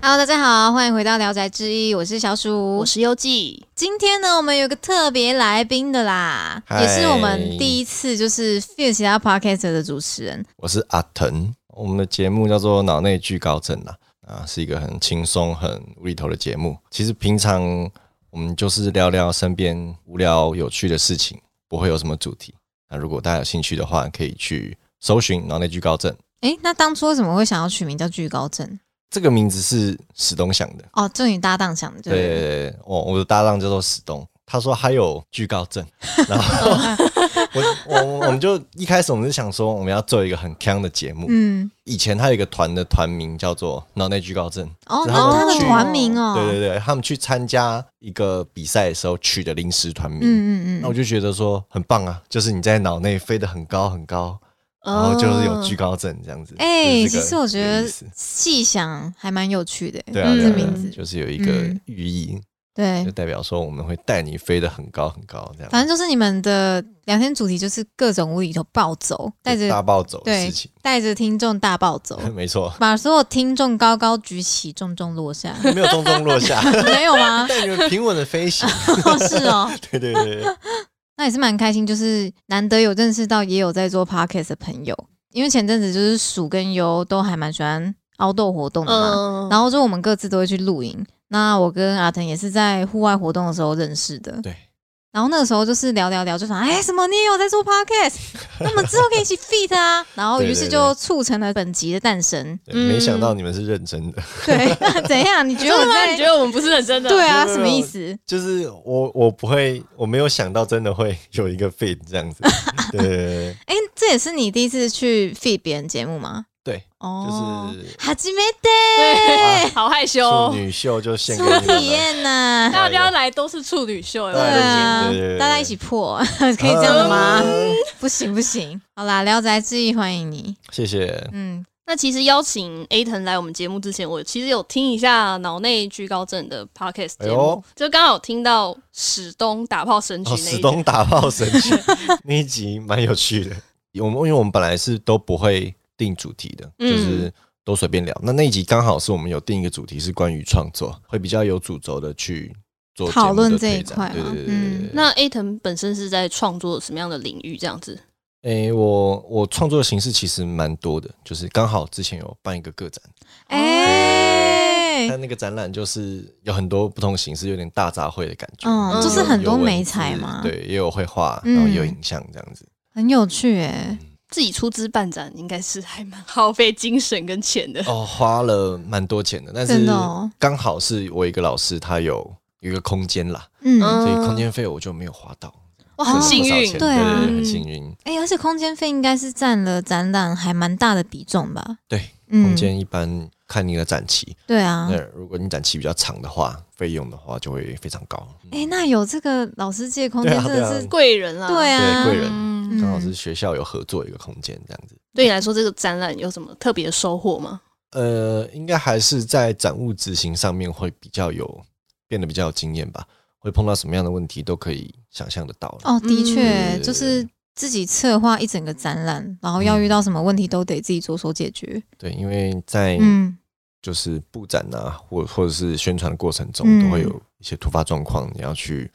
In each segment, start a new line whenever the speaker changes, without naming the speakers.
Hello，大家好，欢迎回到《聊斋志异》，我是小鼠
我。是优记，
今天呢，我们有个特别来宾的啦，
嗨
也是我们第一次就是 feed 其他 podcast 的主持人。
我是阿腾，我们的节目叫做《脑内惧高症》啦，啊，是一个很轻松、很无厘头的节目。其实平常我们就是聊聊身边无聊有趣的事情，不会有什么主题。那如果大家有兴趣的话，可以去搜寻“脑内惧高症
诶，那当初为什么会想要取名叫惧高症？”
这个名字是史东想的。
哦，正宇搭档想的，对不
对
对，
对，对我我的搭档叫做史东，他说他有惧高症，然后我我我们就一开始我们是想说我们要做一个很强的节目，
嗯，
以前他有一个团的团名叫做“脑内惧高症
哦，
然
然后
后
他的
去
团名”，哦，
对对对，他们去参加一个比赛的时候取的临时团名。
嗯嗯
那我
嗯，
就觉得说很棒啊，就是你在脑内飞得很高很高，然后哦就是有惧高症这样子。
诶，
就
哦哎其
是这个
实我觉
这
得
个意思
细想还蛮有趣的，
对啊，
嗯
对啊
这
对
名
啊
字
就是有一个
嗯
寓意，
对
就，代表说我们会带你飞得很高很高这样。
反正就是你们的聊天主题就是各种无厘头暴走，带
就大
着
暴走的
对
事情，
带着听众大暴走，
没错，
把所有听众高高举起，重重落下，
没有重重落下，
没有 吗？
带你们平稳的飞行。
哦，是哦，
对对对，对
那也是蛮开心，就是难得有认识到也有在做 podcast 的朋友，因为前阵子就是鼠跟优都还蛮喜欢凹豆活动的嘛，
嗯，
然后就我们各自都会去露营。那我跟阿腾也是在户外活动的时候认识的，
对。
然后那个时候就是聊聊聊，就想，哎，什么你也有在做 podcast，那我们之后可以一起 fit 啊。然后于是
对对对
就促成了本集的诞生。
对没想到你们是认真的。
对，怎样？你觉得我
真的吗？
在
你觉？得我们不是认真的？
啊对啊，
没有
什
没有
么意思？
就是我我不会，我没有想到真的会有一个 fit 这样子，对对对
哎，这也是你第一次去 fit 别人节目吗？
对，
哦，
就是
哈基梅德
对，好害羞
处
哦，
女秀就献给
初
你们
体
了，
验呐、
大家来都是处女秀，
对
对啊
对对对，对
大家一起破， 可以这样的吗？
嗯
不行不行，好啦，《聊斋志异》欢迎你。
谢谢，
嗯，
那其实邀请 A 腾来我们节目之前，我其实有听一下脑内居高症的 podcast 节
哎
目
呦，
就刚好有听到史东打炮神曲
哦，
那一
史
集，
东打炮神 曲那一集蛮有趣的，我们因为我们本来是都不会定主题的，
嗯
就是都随便聊，那那一集刚好是我们有定一个主题是关于创作，会比较有主轴的去做
讨论
节目的
这一
推展
块
对
嘛
对对对
嗯
对对。
那 A 腾本身是在创作什么样的领域？这样子，
诶、我我创作的形式其实蛮多的，就是刚好之前有办一个个展，
哎、
但那个展览就是有很多不同形式，有点大杂烩的感觉。
嗯
有
就是
很多
有文字
媒材嘛
对，也有绘画，然后也有
嗯
影像这样子。
很有趣哎、
自己出资办展，应该是还蛮耗费精神跟钱的。
哦，花了蛮多钱的，但
真
是
的哦
刚好是我一个老师，他有有一个空间啦，
嗯，哎、
嗯
所以空间费我就没有花到，
哇，
哦
很幸
不少
运嗯
钱，
对
对
啊
对对，很幸运。
而且空间费应该是占了展览还蛮大的比重吧？
对，
嗯
空间一般看你的展期，
对啊
那。如果你展期比较长的话，费用的话就会非常高。
哎、那有这个老师借空间
对啊
真的
对啊
是
贵人啦，
对啊，
对贵人
嗯，
嗯
刚好是学校有合作一个空间这样子。
对你来说，这个展览有什么特别的收获吗？
呃，应该还是在展物执行上面会比较有变得比较有经验吧，会碰到什么样的问题都可以想象得到了。
哦，的确、
嗯
就是自己策划一整个展览，然后要遇到什么问题都得自己着手解决。
对，因为在
嗯
就是布展啊，或或者是宣传的过程中，
嗯
都会有一些突发状况，你要去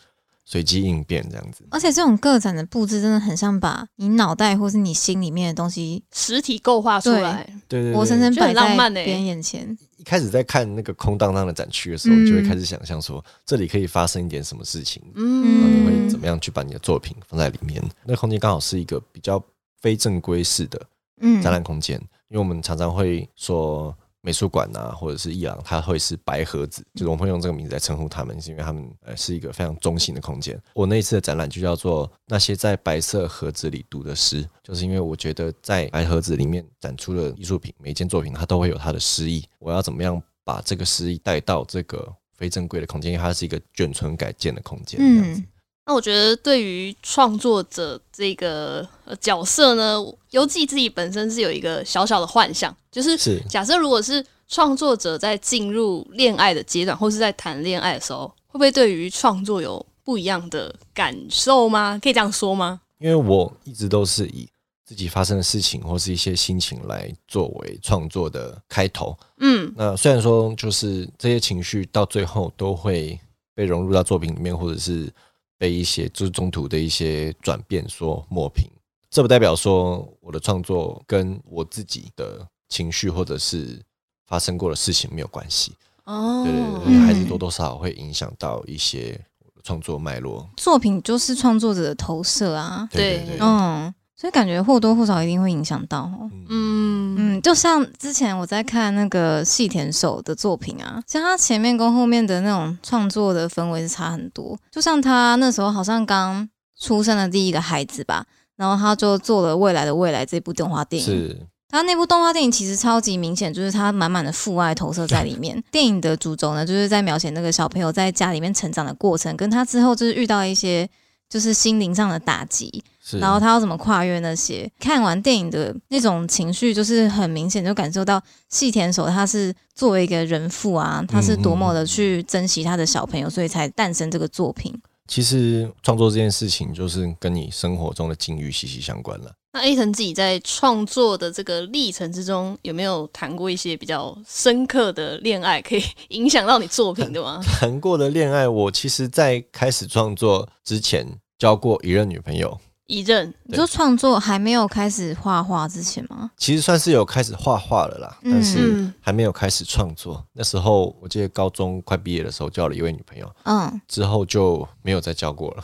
随机应变这样子。
而且这种个展的布置真的很像把你脑袋或是你心里面的东西
实体构画出来，
对对
活生生
觉
摆
得很
在
浪漫欸
别人眼前。
一开始在看那个空荡荡的展区的时候，你就会
嗯
开始想象说，这里可以发生一点什么事情，然后
嗯
你会怎么样去把你的作品放在里面？那空间刚好是一个比较非正规式的，
嗯，
展览空间，因为我们常常会说美术馆啊，或者是艺廊，它会是白盒
嗯
子，就是我们会用这个名字来称呼他们，是因为他们呃是一个非常中性的空间。我那一次的展览就叫做《那些在白色盒子里读的诗》，就是因为我觉得在白盒子里面展出的艺术品，每一件作品它都会有它的诗意，我要怎么样把这个诗意带到这个非正规的空间，因为它是一个卷存改建的空间，这样子。
嗯，
那我觉得对于创作者这个呃角色呢，尤记自己本身是有一个小小的幻想，就是
是
假设如果是创作者在进入恋爱的阶段，或是在谈恋爱的时候，会不会对于创作有不一样的感受吗？可以这样说吗？
因为我一直都是以自自己发生的事情或是一些心情来作为创作的开头。
嗯，
那虽然说就是这些情绪到最后都会被融入到作品里面，或者是被一些就是中途的一些转变说抹平，这不代表说我的创作跟我自己的情绪或者是发生过的事情没有关系。
哦
对对对
嗯
对，还是多多少少会影响到一些我的创作脉络。
作品就是创作者的投射啊，
对
对
对对，
嗯，所以感觉或多或少一定会影响到哦。
嗯
嗯
嗯，就像之前我在看那个细田守的作品啊，像他前面跟后面的那种创作的氛围是差很多。就像他那时候好像刚出生的第一个孩子吧，然后他就做了《未来的未来》这部动画电影。
是
他那部动画电影其实超级明显，就是他满满的父爱投射在里面。电影的主轴呢，就是在描写那个小朋友在家里面成长的过程，跟他之后就是遇到一些就是心灵上的打击，
是，
然后他要怎么跨越那些？看完电影的那种情绪，就是很明显就感受到细田守他是作为一个人父
嗯
啊，他是多么的去珍惜他的小朋友，所以才诞生这个作品。
其实创作这件事情就是跟你生活中的境遇息息相关了。
那 A 腾自己在创作的这个历程之中，有没有谈过一些比较深刻的恋爱，可以影响到你作品的吗？
谈过的恋爱，我其实在开始创作之前交过一任女朋友，
一任
你说创作还没有开始画画之前吗？
其实算是有开始画画了啦，
嗯
但是
嗯
还没有开始创作。那时候我记得高中快毕业的时候交了一位女朋友，
嗯
之后就没有再交过了，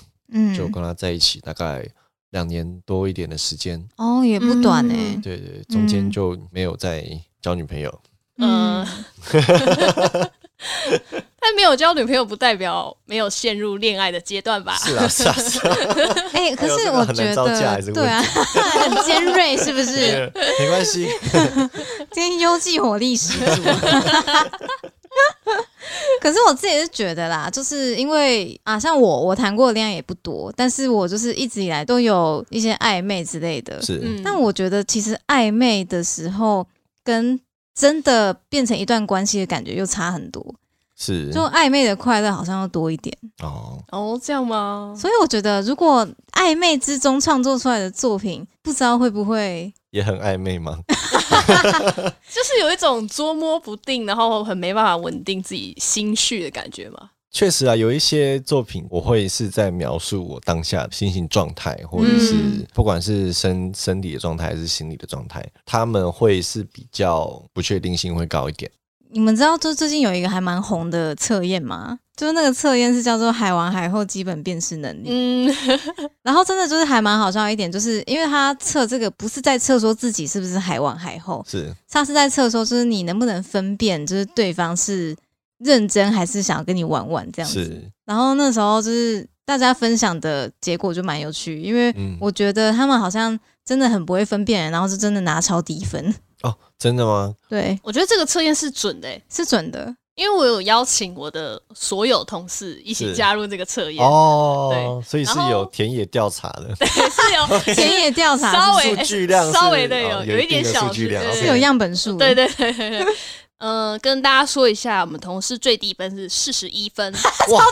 就
嗯，
跟她在一起大概两年多一点的时间。
哦，也不短哎、
嗯
对对，中间
嗯
就没有再交女朋友。
嗯
嗯， 但没有交女朋友不代表没有陷入恋爱的阶段吧？
嗯
是啊，是啊，是啊。
哎、可是
这
我
个很
觉
难招架
得
欸这个
对啊， 很尖锐是不 是？
没关系，
今天优记火力十足。 可是我自己是觉得啦，就是因为啊，像我我谈过的恋爱也不多，但是我就是一直以来都有一些暧昧之类的。
是、
嗯，
但我觉得其实暧昧的时候跟真的变成一段关系的感觉又差很多，
是
就暧昧的快乐好像要多一点。
哦，
哦，这样吗？
所以我觉得，如果暧昧之中创作出来的作品，不知道会不会
也很暧昧吗？
就是有一种捉摸不定，然后很没办法稳定自己心绪的感觉嘛。
确实啊，有一些作品我会是在描述我当下的心情状态，或者
嗯
是不管是身身体的状态还是心理的状态，他们会是比较不确定性会高一点。
你们知道，就最近有一个还蛮红的测验吗？就是那个测验是叫做“海王海后基本辨识能力”，
嗯，
然后真的就是还蛮好笑一点，就是因为他测这个不是在测说自己是不是海王海后，
是
他是在测说就是你能不能分辨，就是对方是认真还是想要跟你玩玩这样子。
是，
然后那时候就是大家分享的结果就蛮有趣，因为
嗯，
我觉得他们好像真的很不会分辨，然后是真的拿超低分，
哦，真的吗？
对，
我觉得这个测验是准的欸、
是准 的。
因为我有邀请我的所有同事一起
是
加入这个测验，
哦，
对
所以是
然后
有田野调查的，
也是有
田野调查
稍
是
微
不
数据量是
稍微的有
哦
有
有
一点
定的
小
数据量
对
是
对
是有样本数的，
对对对对 对，呃，跟大家说一下，我们同事最低分是四十一分，
哇，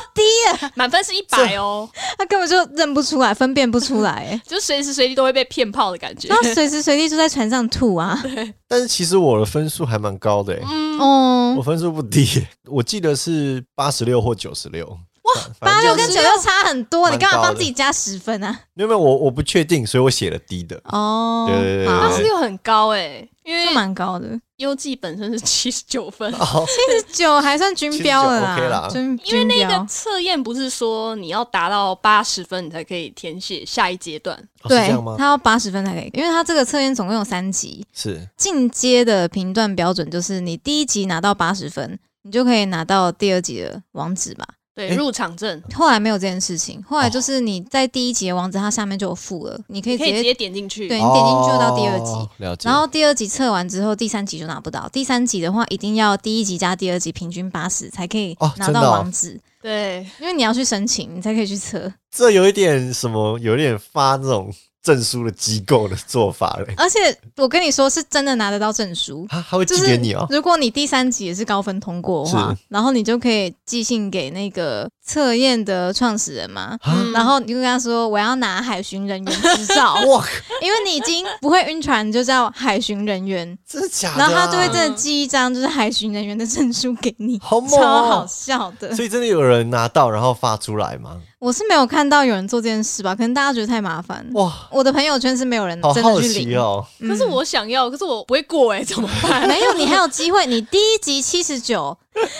满分是一百哦，
他根本就认不出来，分辨不出来， 哎
就随时随地都会被骗炮的感觉
然。后随时随地就在船上吐啊。
但是其实我的分数还蛮高的、欸，
嗯，
哦
我，分数不低 耶，我记得是八十六或九十六。哇，
八
反
六
正
跟
就是
九六差很多，
蛮
你干嘛
高的
帮自己加十分啊？
没有没有，我我不确定，所以我写了低的。
哦，
对对对对
好
八
对
十
对
六很高哎、因
就
为
蛮高的，
优记本身是七十九分。
哦，
九还算军标了啦，
79 OK 啦
军
因为那
军
个
哦
标
测验不是说你要达到八十分你才可以填写下一阶段，
哦是这
对
样，吗
他？要八十分才可以，因为他这个测验总共有三级，
是
进阶的评断标准就是你第一级拿到八十分，你就可以拿到第二级的网址吧。
对，
诶
入场证，
后来没有这件事情，后来
哦
就是你在第一级的网址它下面就有附了，你可以
你
直
可以直
接
接点进去。
对你点进去就到第二集
哦了解。
然后第二集测完之后，第三集就拿不到。第三集的话，一定要第一集加第二集平均八十才可以
哦
拿
真的
到
哦
网址，
对，
因为你要去申请，你才可以去测。
这有一点什么，有一点发那种证书的机构的做法嘞。
而且我跟你说，是真的拿得到证书。
啊，他会
就
寄
是
给你哦。
如果你第三集也是高分通过的话
是，
然后你就可以寄信给那个测验的创始人嘛，嗯
啊
然后你就跟他说我要拿海巡人员执 照，
哇，
因为你已经不会晕船，你就叫海巡人员，
真的假的、
然后
啊？
他就会真的寄一张就是海巡人员的证书给你，
好 猛、
超好
哦，
笑的。
所以真的有人拿到然后发出来吗？
我是没有看到有人做这件事吧，可能大家觉得太麻烦。
哇，
我的朋友圈是没有人
好
嗯真
好
的去
奇
领，
哦，
嗯
可是我想要，可是我不会过哎、怎么 办？
没有，你还有机会，你第一集七十 九，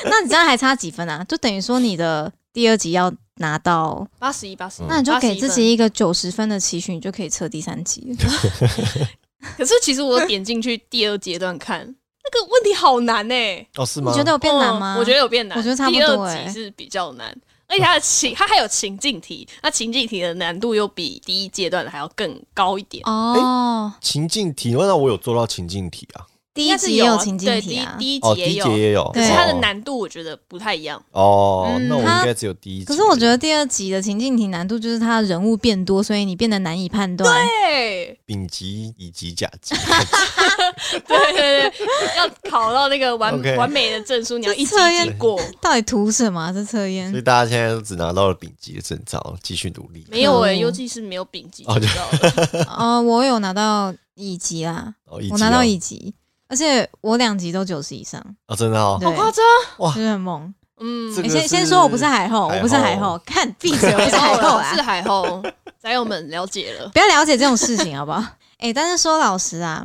那你这样还差几分啊？就等于说你的第二集要拿到，
八十一，八
嗯
十一，
那你就给自
81
己一个九十分的期许，你就可以测第三集了。
分。可是其实我点进去第二阶段看，那个问题好难哎、
哦是
你
吗？
觉得有变难吗？
嗯我觉得有变难，
我觉得差不
第
多
二
欸
集是比较难，而且它的情，它还有情境题，那情境题的难度又比第一阶段的还要更高一点。
哦，
情境题，那我有做到情境题啊，
第一集也
应该是
有
啊
情境题啊
对，。第一第
哦，
一
第
集也
一
有，
节也有，
对
可是它的
哦
难度我觉得不太一样。
哦，
嗯
那我
它
应该只有第一集。
可是我觉得第二集的情境题难度就是它的人物变多，所以你变得难以判断。
对
丙级以及甲 级，
对对对， 要考到那个完
OK
完美的证书，你要一级
测
一级
验
过。
到底图什么啊、这测
所以
验？
大家现在都只拿到了丙级的证照，继续努力。
没有哎、
可恶
尤其是没有丙级，
哦
知道 了。
哦，我有拿到乙级啦，
啊哦，一级
我拿到
哦
乙级，而且我两级都九十以上，
哦，真的哦，
对，
夸张，
就是很猛。
嗯，
这
你
个
先先
是
说我不是海后，我不是
海
海
后
后，看闭嘴，我不
海
是海
后
后
啦，是
啊，
海后， 宅友们了解 了。
不要了解这种事情好不好？ 哎、但是说老实啊，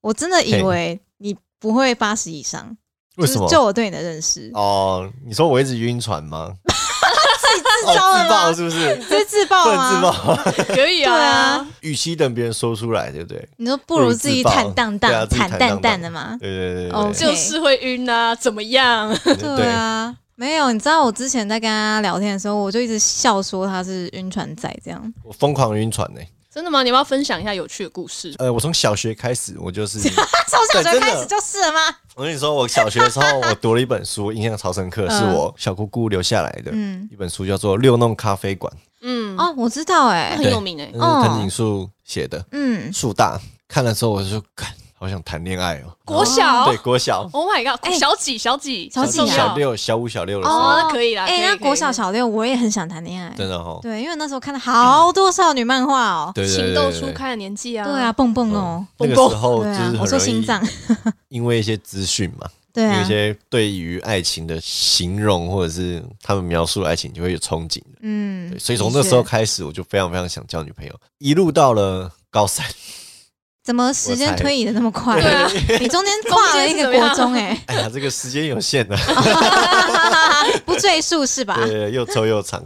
我真的以
嘿
为你不会八十以上，
为什
就
么
是？就我对你的认识，
哦，你说我一直晕船吗？
自招
哦
了
自爆
吗？
是不是？
这是自爆啊
不
吗？
能自爆，
可以
对啊，
与其等别人说出来，对不对？
你说不如自己坦荡
不
荡、
如自爆对啊自己
坦
坦
荡荡
荡荡
的嘛。
对对对
哦
对
就是会晕啊，怎么样？
对
对啊，没有，你知道我之前在跟他聊天的时候，我就一直笑说他是晕船仔这样。
我疯狂晕船呢。
真的吗？你要不要分享一下有趣的故事？
呃，我从小学开始，我就是
他从小学
对真的
开始就是了吗？
我跟你说，我小学的时候，我读了一本书，印象超深刻，
嗯
是我小姑姑留下来的
嗯
一本书，叫做《六弄咖啡馆
嗯，
哦，我知道哎、
很有名哎、》，
那是藤井树写的。
嗯，
树大看了之后，我就看，好想谈恋爱哦。
国小
对，国小、
，Oh my
哎
god，小几小几
小几
重
啊
小
要
六、小五、小六的时候，
哦，那可以啦。
哎、
可以
那国小，
可
小六我也很想谈恋爱，
真的哦。
对，因为那时候看了好多少女漫画哦。
对
以
对
情
对
窦
对
初
对
开的年纪啊。
对啊，，蹦蹦哦
嗯，那个时候就
对
是很
啊，
容
我说心
易
脏，
因为一些资讯嘛，
对
有一
啊，
些对于爱情的形容，或者是他们描述爱情，就会有憧憬的。
嗯
对，所以从那时候
的确
开始，我就非常非常想交女朋友，一路到了高三，
怎么时间
我猜
推移的那么快
对啊
啊？你中间跨了一个国中哎、
哎呀，这个时间 有限的、啊
欸不赘述是吧？
对，又臭又长。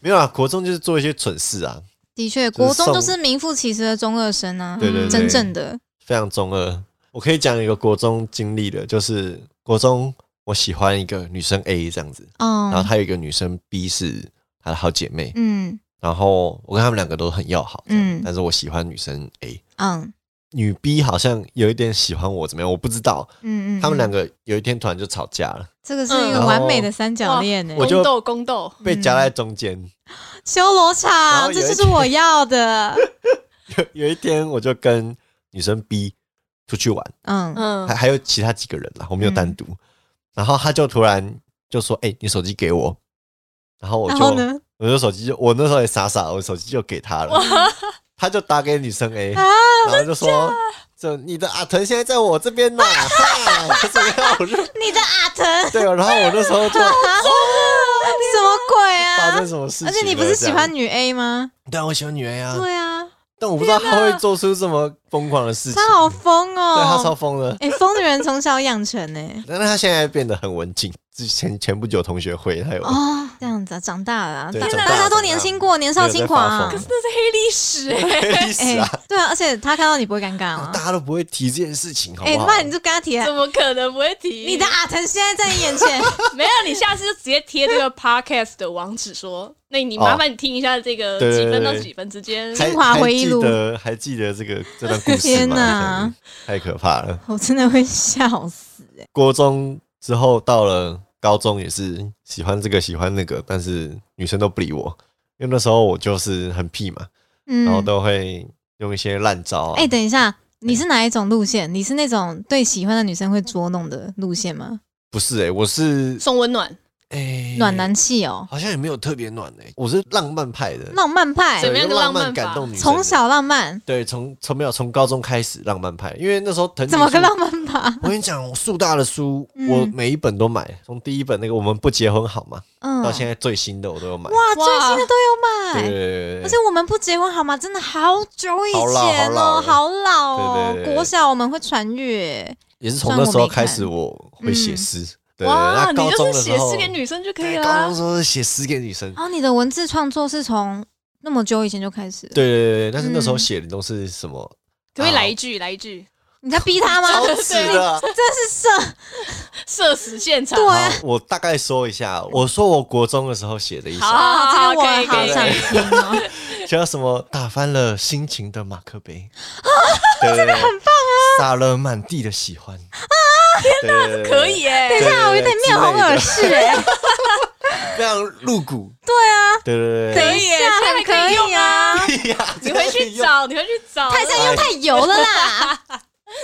没有啊，国中就是做一些蠢事啊，
的确，
是
国中
送
就是名副其实的中二生啊，
对对对
真正的
非常中二。我可以讲一个国中经历的，就是国中我喜欢一个女生 A 这样子，然后
哦，
她有一个女生 B 是她的好姐妹，
嗯
然后我跟她们两个都很要好，
嗯
嗯，但是我喜欢女生 A，
嗯
女 B 好像有一点喜欢我，怎么样？我不知道，
嗯嗯，
她们两
个
个有一天突然就吵架了，
这个是一个
嗯
完美的三角恋欸呢、
我就
宫斗宫斗，
嗯
被夹在中间。
修罗
然
场，
后有一
这就是我要 的，
有一天我就跟女生 B 出去玩，
嗯
嗯
还还有其他几个人啦，我没有单独。然后他就突然就说：“哎、你手机给我。”然后我
然
就
后呢？
我就手机就我那时候也傻傻，我手机就给他了。他就打给女生 A，、
啊
然后就说：“这你的阿腾现在在我这边呢。哈”怎么样？我就
你的阿腾
对， 然后我那时候就
什么鬼
发
啊
生？什么事情了？
而且你不是
这
喜
样
欢？女 A 吗？
对啊，我喜欢女 A 啊，
对啊，
但我不知道她会做出这么疯狂的事情。
她好疯
对她超
哦，
疯的。
哎、疯女人从小养成欸呢、
但是她现在变得很文静，之前前不久同学会，她有
哦，这样子啊，长大了、啊，
对
大
长大了
大家都年轻过，年少轻狂、啊
没有在发。疯
那是黑历史哎、
黑历史啊，
对啊，而且他看到你不会尴尬吗？
大家都不会提这件事情，好
哎、
不好？
那你就跟他提啊，
怎么可能不会提？
你的阿腾现在在你眼 前，
没有，你下次就直接贴 这个 podcast 的网址说，那你麻烦你听一下这个
对
几
对对
分到
对
几分之间。
还
精华回忆录
还记得还记得这个这段故事吗？
天哪
这样子，太可怕了！
我真的会笑死。
国中之后到了高中，也是喜欢这个喜欢那个，但是女生都不理我，因为那时候我就是很屁嘛，
嗯
然后都会用一些烂招啊。
哎、等一下，你是哪一种路线？你是那种对喜欢的女生会捉弄的路线吗？
不是哎、我是
送温暖，
哎、哎
暖男系哦，
好像也没有特别暖诶、我是浪漫派的，
浪漫派
对
怎，么
用
样个
浪
浪漫
漫感
法
动女生的
从小浪漫，
对，从从没有从高中开始浪漫派，因为那时候藤井
怎么
树
个浪漫 法？
我跟你讲，我树大的书，
嗯
我每一本都买，从第一本那个《我们不结婚好吗》
嗯，
到现在最新的我都有买。
哇，最新的
对
都
对
有买。
对对
而且
对，
我们不结婚好吗？真的好久以
好老
前哦，
好
好老
对对
哦
对，对
国小我们会传阅，
也是从那时候开始，我会写诗。对对对，
嗯哇，
那
你
高
就
中
是
的
写
时候
诗给女啊生就可以
对高中
啦
的。时候是写诗给女生。
然后哦你的文字创作是从那么久以前就开始了，
对对对对，但是那时候
嗯
写的都是什么？
可不可以来一句，来一句，
你在逼
嗯
他吗？
好
这
是 的。
是什？
社死现场。
对啊
好，我大概说一下，我说我国中的时候写的一首，
好
啊，这个我
可以
好
可以
想听哦。
叫什么？打翻了心情的马克 杯，真的很棒啊！撒了满地的喜欢啊！天哪，
可以哎、
等一下，哦我有点面红耳赤哎。
非常露骨。
对啊，
对对对
等
对
一
可以耶
下
这
很
还可以
以啊，
对哎呀，
你回 去找，你回去找。
太像又太油了啦。
哎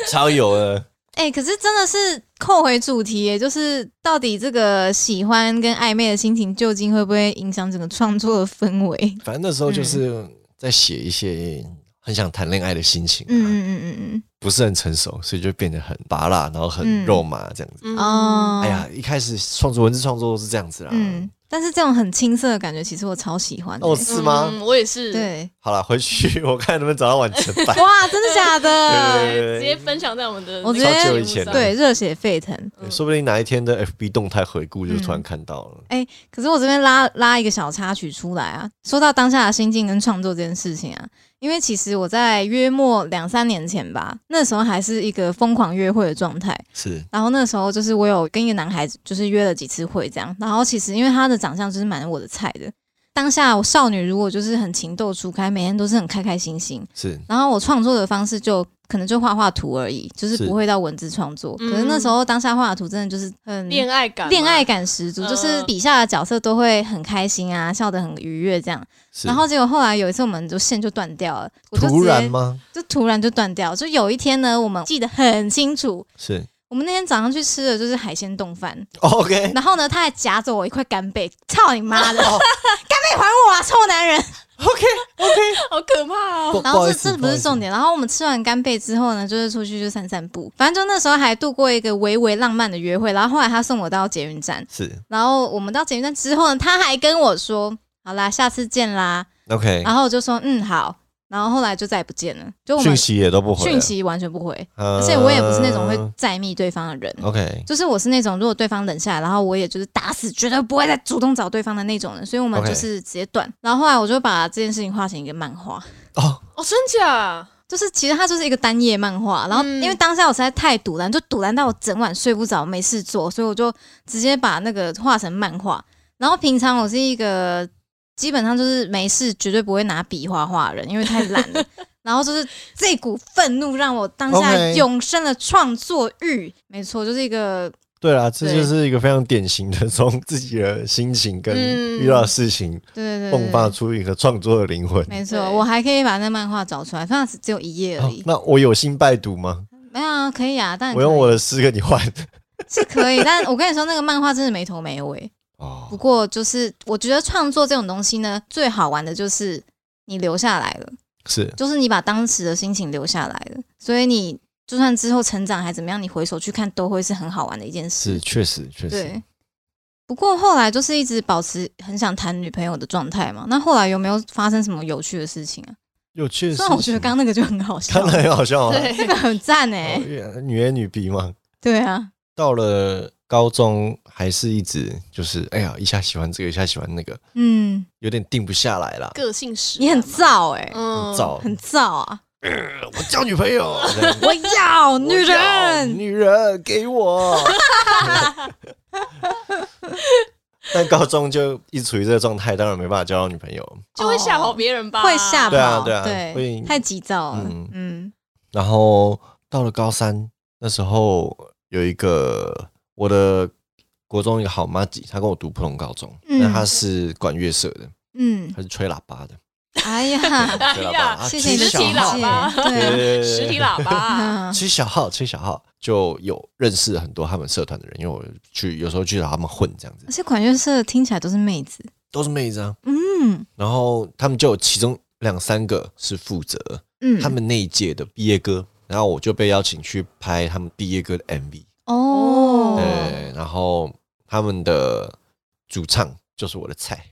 超有的，
哎、可是真的是扣回主题耶，就是到底这个喜欢跟暧昧的心情究竟会不会影响整个创作的氛围？
反正那时候就是
嗯
在写一些很想谈恋爱的心情、啊，
嗯嗯嗯
不是很成熟，所以就变得很拔辣，然后很
嗯
肉麻这样子。
嗯嗯，
嗯
哦，
哎呀，，一开始创作文字创作都是这样子啦。
嗯，但是这种很青涩的感觉，其实我超喜欢的耶。
哦，是吗？
嗯我也是。
对，
好了，回去我看能不能找到完成 版。
哇，真的假的？
对对
呃直接分享在我们的
我
那
直
个
接
节目
超久以前的
上
对，热血沸腾。
对说不定哪一天的 FB 动态回顾就突然
嗯
看到了。
可是我这边拉拉一个小插曲出来啊，说到当下的心境跟创作这件事情啊，因为其实我在约莫两三年前吧，那时候还是一个疯狂约会的状态。
是
然后那时候就是我有跟一个男孩子就是约了几次会这样，然后其实因为他的长相就是蛮我的菜的，当下我少女如果就是很情窦初开，每天都是很开开心心，
是，
然后我创作的方式就可能就画画图而已，就是
是
不会到文字创作。
嗯
可是那时候当下画的图真的就是很
恋爱感嘛，
恋爱感十足，就是
嗯
笔下的角色都会很开心啊，笑得很愉悦这样。
是
然后结果后来有一次我们就线就断掉了，我就
突
直
然
接
吗？
就突然就断掉。就有一天呢，我们记得很清楚，
是哦
我们那天早上去吃的就是海鲜冻饭，
OK，哦
然后呢，他还夹着我一块干贝，操你妈的，干贝还我啊，臭男人！
好可怕哦。
不
然
不
后
好意
这
思
这
不
不
好意
是
思
重点，然后我们吃完干贝之后呢，就是出去就散散步，反正就那时候还度过一个微微浪漫的约会。然后后来他送我到捷运站，
是
然后我们到捷运站之后呢，他还跟我说：“好啦，下次见啦。”
OK，
然后我就说：“嗯，好。”然后后来就再也不见了，就我
讯
们
息也都不回了，
讯息完全不回，
呃，哦
而
而
且我也不是那种会嗯再密对方的人。
OK
就是我是那种，如果对方冷下来，然后我也就是打死绝对不会再主动找对方的那种人，所以我们
OK
就是直接断。然后后来我就把这件事情画成一个漫画，
哦，
哦，真假？
就是其实它就是一个单页漫画。然后
嗯
因为当下我实在太堵然，就堵然到我整晚睡不着，没事做，所以我就直接把那个画成漫画。然后平常我是一个基本上就是没事绝对不会拿笔画画的人，因为太懒 了。然后就是这股愤怒让我当下
OK
永生了创作欲，没错，就是一个
对啦，这
对
就是一个非常典型的从自己的心情跟
嗯
遇到的事情
对对对对
迸发出一个创作的灵魂。
没错，
对
我还可以把那漫画找出来，反正只有一页而
哦
已。
那我有心拜读吗？
没有啊，可以啊，但
我用我的诗跟你换。
是可以，但我跟你说，那个漫画真的没头没尾。不
哦，
过就是，我觉得创作这种东西呢，最好玩的就是你留下来了，
嗯是
就是你把当时的心情留下来了，所以你就算之后成长还怎么样，你回首去看都会是很好玩的一件
是，
事。
确实确实
对。不过后来就是一直保持很想谈女朋友的状态嘛。那后来有没有发生什么有趣的事情啊？
有确实。
虽然我觉得刚刚那个就很好笑
看，了很好笑啊，
对，
这个很赞哎、
哦因为女 A 女 B 嘛。
对啊，
到了高中还是一直就是哎呀，一下喜欢这个，一下喜欢那个，
嗯，有
有点定不下来啦。
个性使
你
然
很
嘛，
燥哎、
嗯
很燥，
很燥啊！
我交女朋 友，这样
我要女
我要
人，
女人给我。 但高中就一直处于这个状态，当然没办法交到女朋友。
就会吓跑别人吧？
哦会吓跑，
对啊对啊会
太急躁了，
嗯
嗯
然后到了高三，那时候有一个我的国中一个好妈吉，她跟我读普通高中，
嗯
那她是管乐社的，
嗯
她是吹喇叭的。
哎呀，
吹喇叭，啊
谢谢
吹
你的
实
小
体
讲
号
喇叭
解，对
对
实体喇叭，
啊，
吹小号，吹小号，就有认识很多他们社团的人，因为我去有时候去找他们混这样子
而，且管乐社听起来都是妹子，
都是妹子啊。
嗯
然后他们就有其中两三个是负责
嗯，
他们那一届的毕业歌，然后我就被邀请去拍他们毕业歌的 MV，
哦，
对，然后他们的主唱就是我的菜，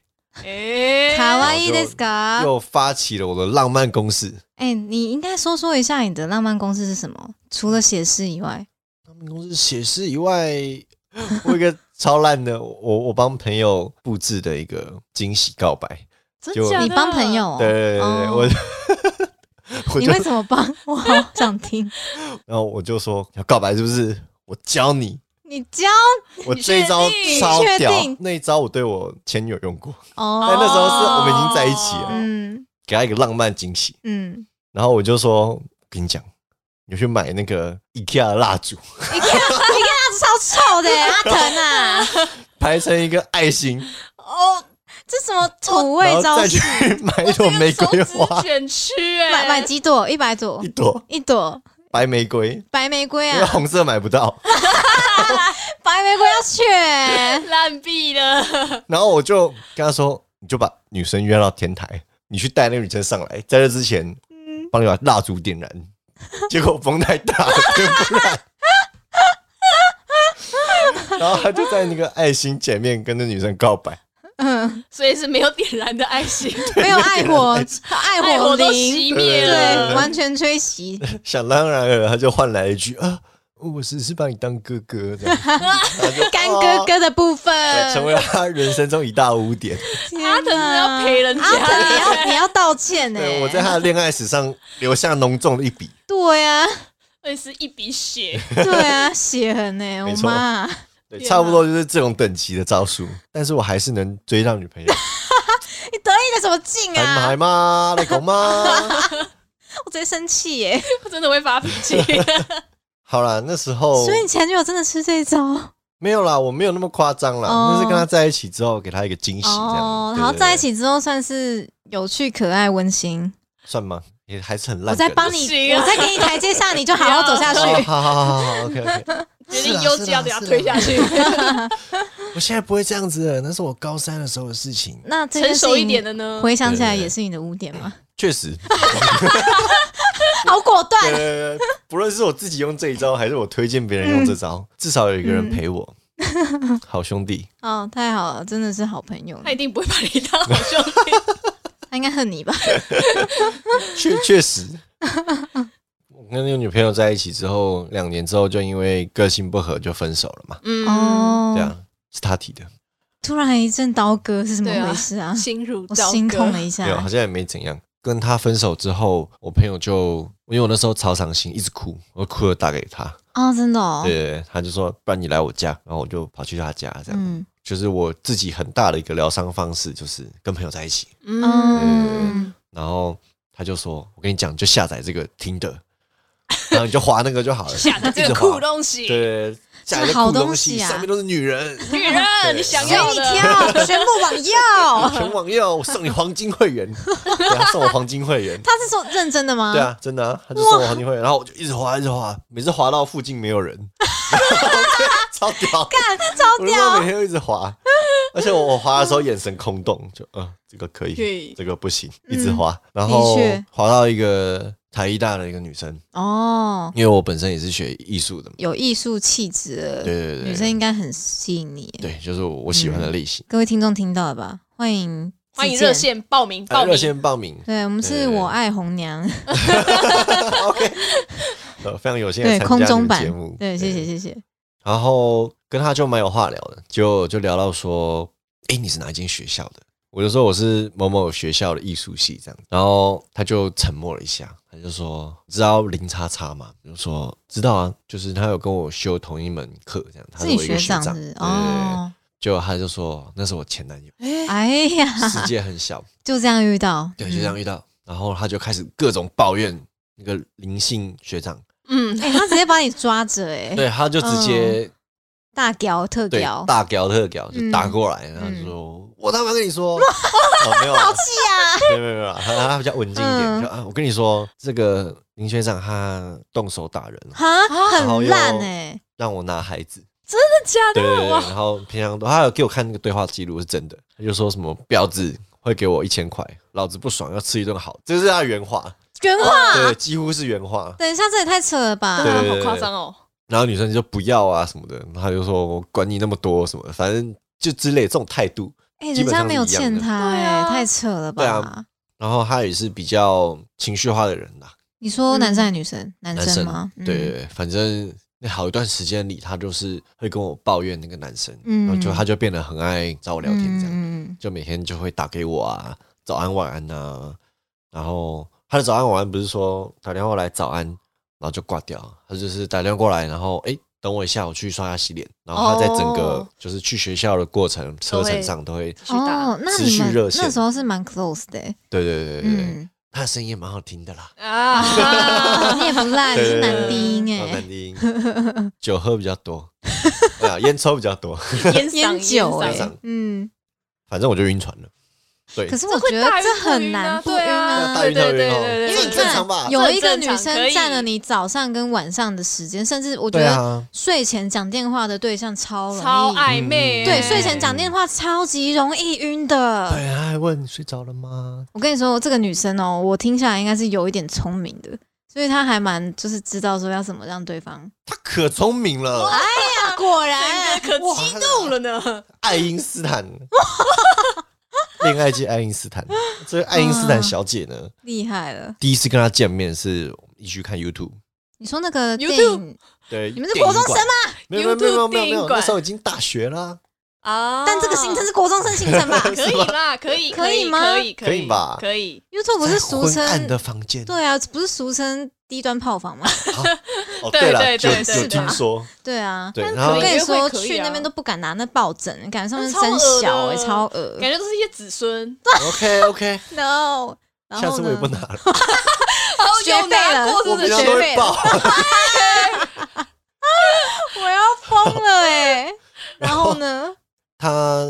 哎，
卡哇
然
伊
后
で
就是
か？
又发起了我的浪漫攻势。
啊哎、你应该说说一下你的浪漫公式是什么？除了写诗以外，
他们公司写诗以外， 我有一个超烂的，我我帮朋友布置的一个惊喜告白，
真
就
假的
你帮朋友、哦，
对对对对，
哦
我 我
你
就
会怎么帮？我好想听。
然后我就说要告白是不是？我教你，
你教
我这一招
定
超
你确
屌
定，
那一招我对我前女友用过，
哦
但哎那时候是我们已经在一起了，
嗯
给她一个浪漫惊喜。
嗯，
然后我就说，跟你讲，你去买那个 IKEA 的蜡烛，
你看你看他超臭的阿腾啊，
排成一个爱 心，
哦，这什么土
然
味
后
招
再去
式？
买一朵
我这个
玫瑰
手指
花，
卷曲哎，
买买几朵？一百朵
一，朵
一朵
白玫瑰，
白玫瑰
因为
啊，
红色买不到。
白玫瑰要欸选。
烂币了，
然后我就跟他说，你就把女生约到天台，你去带那个女生上来，在这之前，帮你把蜡烛点燃。 结果风太大了，点不燃。 然后他就在那个爱心前面跟那女生告白，
嗯，
所以是没有点燃的爱心，
没有爱火，爱
爱
火
火都
零，
熄灭
对，
了。
完全吹熄。
想当然了，他就换来一句啊，我只是把你当哥哥这样，他就
干哥、
哦
哥的部分，
对成为了他人生中一大污点。
天
阿腾真的
哪
要陪人家
阿腾你要你要道歉欸呢、
对，我在他的恋爱史上留下浓重的一笔。
对啊，
会是一笔血，
对啊，血痕呢、我
没错
妈，
对，
天
差不多就是这种等级的招数，但是我还是能追上女朋友，
你得意个什么劲
还
啊
还？吗？来搞吗？
我直接生气欸耶、
我真的会发脾气。
啊
好啦，那时候
所以你前女友真的吃这一招
没有啦，我没有那么夸张啦，
哦
那是跟他在一起之后给他一个惊喜，这样。
哦，
对
然后在一，
对
起之后算是有趣、可爱、温馨。
对算吗？也还是很烂。
我再帮
你。
不
你，
行啊
我再给你台阶下，你就好好走下去。
哦好好好好，OK OK。
决
是
定
啊
优绩要给他推下去，
我现在不会这样子了，那是我高三的时候的事情。
那这件
成
事
熟一
情
点的呢？
回想起来
对对对
也是你的污点吗？
确实，
好果断，
呃，不论是我自己用这一招，还是我推荐别人用这招，至少有一个人陪我，好兄弟。
哦，太好了，真的是好朋友。
他一定不会把你当好兄弟。
他应该恨你吧？
确确实，我跟那个女朋友在一起之后，两年之后就因为个性不合就分手了嘛。
嗯，
哦，
对啊，是他提的，
突然一阵刀割是怎么
对啊
回事
嗯
啊？
心如
我
刀割
心痛了一
啊
没有，好
下。
像也没怎样。跟他分手之后，我朋友就因为我那时候超伤心，一直哭，我哭了打给他，
哦，真的哦。
对，他就说不然你来我家，然后我就跑去他家，这样、
嗯
就是我自己很大的一个疗伤方式，就是跟朋友在一起。
嗯，
嗯，
然后他就说，我跟你讲，就下载这个听的，然后你就滑那个就好了，
假的这
一
个
直滑
酷东西，
对，下一
这
个
个好
酷东
东西啊
上面都是女人，
女人你想
随
要
你
的，
挑，全部往右。
全网要我送你黄金会员， 对啊，送我黄金会员，
他是说认真的吗？
对，啊，真的啊，他就送我黄金会员，然后我就一直滑，一直滑，每次滑到附近没有人， 超屌，
超
我就说
屌
每。天都一直滑，而且我我滑的时候眼神空洞，就呃这个可以，
可以
这个不行，
嗯
一直滑，然后
的确
滑到一个台艺大的一个女生，
哦，
因为我本身也是学艺术的嘛，
有艺术气质的
对对对，
女生应该很吸引你。
对，就是我我喜欢的类型。
各位听众听到了吧？欢迎
欢迎
自荐
热。线报名
啊
报
热
名。
线报名
对我们
对
是
对对
我爱红娘，
，OK，呃，非常有幸来
对
参加
空
你
中
们
版
节目，，
对，谢谢谢谢。
然后跟他就蛮有话聊的，就就聊到说，哎，你是哪一间学校的？我就说我是某某学校的艺术系这样，然后他就沉默了一下，他就说：“知道林叉叉吗？”我就说：“知道啊，就是他有跟我修同一门课这样，他
是
是
你
我一
学
个学
长是
长。
不是
对”
哦，
对对就他就说：“那是我前男友，
哎呀，
世界很小。”
就这样遇到，
对，就这
嗯
样遇到，然后他就开始各种抱怨那个林姓学长，
嗯，
哎、他直接把你抓着哎、
对，他就直接
大屌特
对
屌，
大屌特屌就
嗯
打过来，然后就说我他妈跟你说， 哦没有啊，
气 啊！
没有没有没有，他他比较稳静一点，
嗯
就啊我跟你说，这个林学长他动手打人，
哈，
然后
很
又
烂哎，
让我拿孩子。
假
对对对，然后平常都他有给我看那个对话记录是真的，他就说什么婊子会给我一千块，老子不爽要吃一顿好，这是他的原话，
原话。
对，几乎是原话。
等一下，这也太扯了吧！
对
啊，好夸张哦！
然后女生就不要啊什么的，然后他就说我管你那么多什么的，反正就之类这种态度。
哎，
基
人
本
家
上是
没
一
有
样的
欠他，
对
哎，
啊
太扯了
对
吧
啊？然后他也是比较情绪化的人啦，
你说男生还是女生？男
男
生吗？
对
嗯
对，对，反正那好一段时间里，他就是会跟我抱怨那个男生，
嗯
然后就他就变得很爱找我聊天这样。
嗯嗯嗯
就每天就会打给我啊，早安晚安呐、然后他的早安晚安不是说打电话来早安，然后就挂掉，啊他就是打电话过来，然后哎、诶等我一下，我去刷牙洗脸。然后他在整个
哦
就是去学校的过程、车程上都会，
继续打
哦，那
持
你
续
们
热线
那时候是蛮 close 的欸，
对对对对对，
嗯，
他的声音也蛮好听的啦，
啊！
你也不烂，你
对
是
对对
男低音
慢
哎
慢，听， 酒喝比较多，对啊，烟抽比较多，
烟
烟酒
哎
哎
烟嗓，
嗯，
反正我就晕船了。对
可，是我觉得这很难不
对
晕
啊，
啊
大。
对
晕特
对
晕
对
哦
对对，
因为你
这很正常吧
看，有一个女
这很正常可
生
以
占了你早上跟晚上的时间，甚至我觉
对
得
啊，
睡前讲电话的对象超容易，
超暧昧欸，
对，
嗯
睡前讲电话超级容易晕的。
对，他还问睡着了吗？
我跟你说，这个女生哦，我听下来应该是有一点聪明的，所以她还蛮就是知道说要怎么让对方。
他可聪明了。
啊，果
整个可激动了呢。
爱因斯坦，恋爱界爱因斯坦。这位爱因斯坦小姐呢，
厉害了！
第一次跟她见面是一起去看 YouTube。
你说那个电
YouTube
影，
对，
你们是
电影
国中生
馆？
吗？
没有没有没有没
YouTube
有没
电
有
影
那
馆
时候已经大学啦，
啊！
但这个行程是国中生行程吧
可以啦，可以
可以
以
吗
可以
可以吧
可以，
？YouTube 不是俗
在昏暗
称
的房间。
对啊，不是俗称低端炮房吗？
哦，
对
对了，
对
有
对对
有
对
听说，
对啊。
对，然
可
我
后
以
跟你说，
约会可以啊
去那边都不敢拿那抱枕，感觉上面
那超
真小
恶
哎、
的
超 恶
感觉都是一些子孙。
OK OK，
No，然
下
后
次我也不
呢？
拿了，
学费了，
有拿过
我
真
平
的
常
学
都会
费了，
报。
我要疯了哎、 然后呢？
她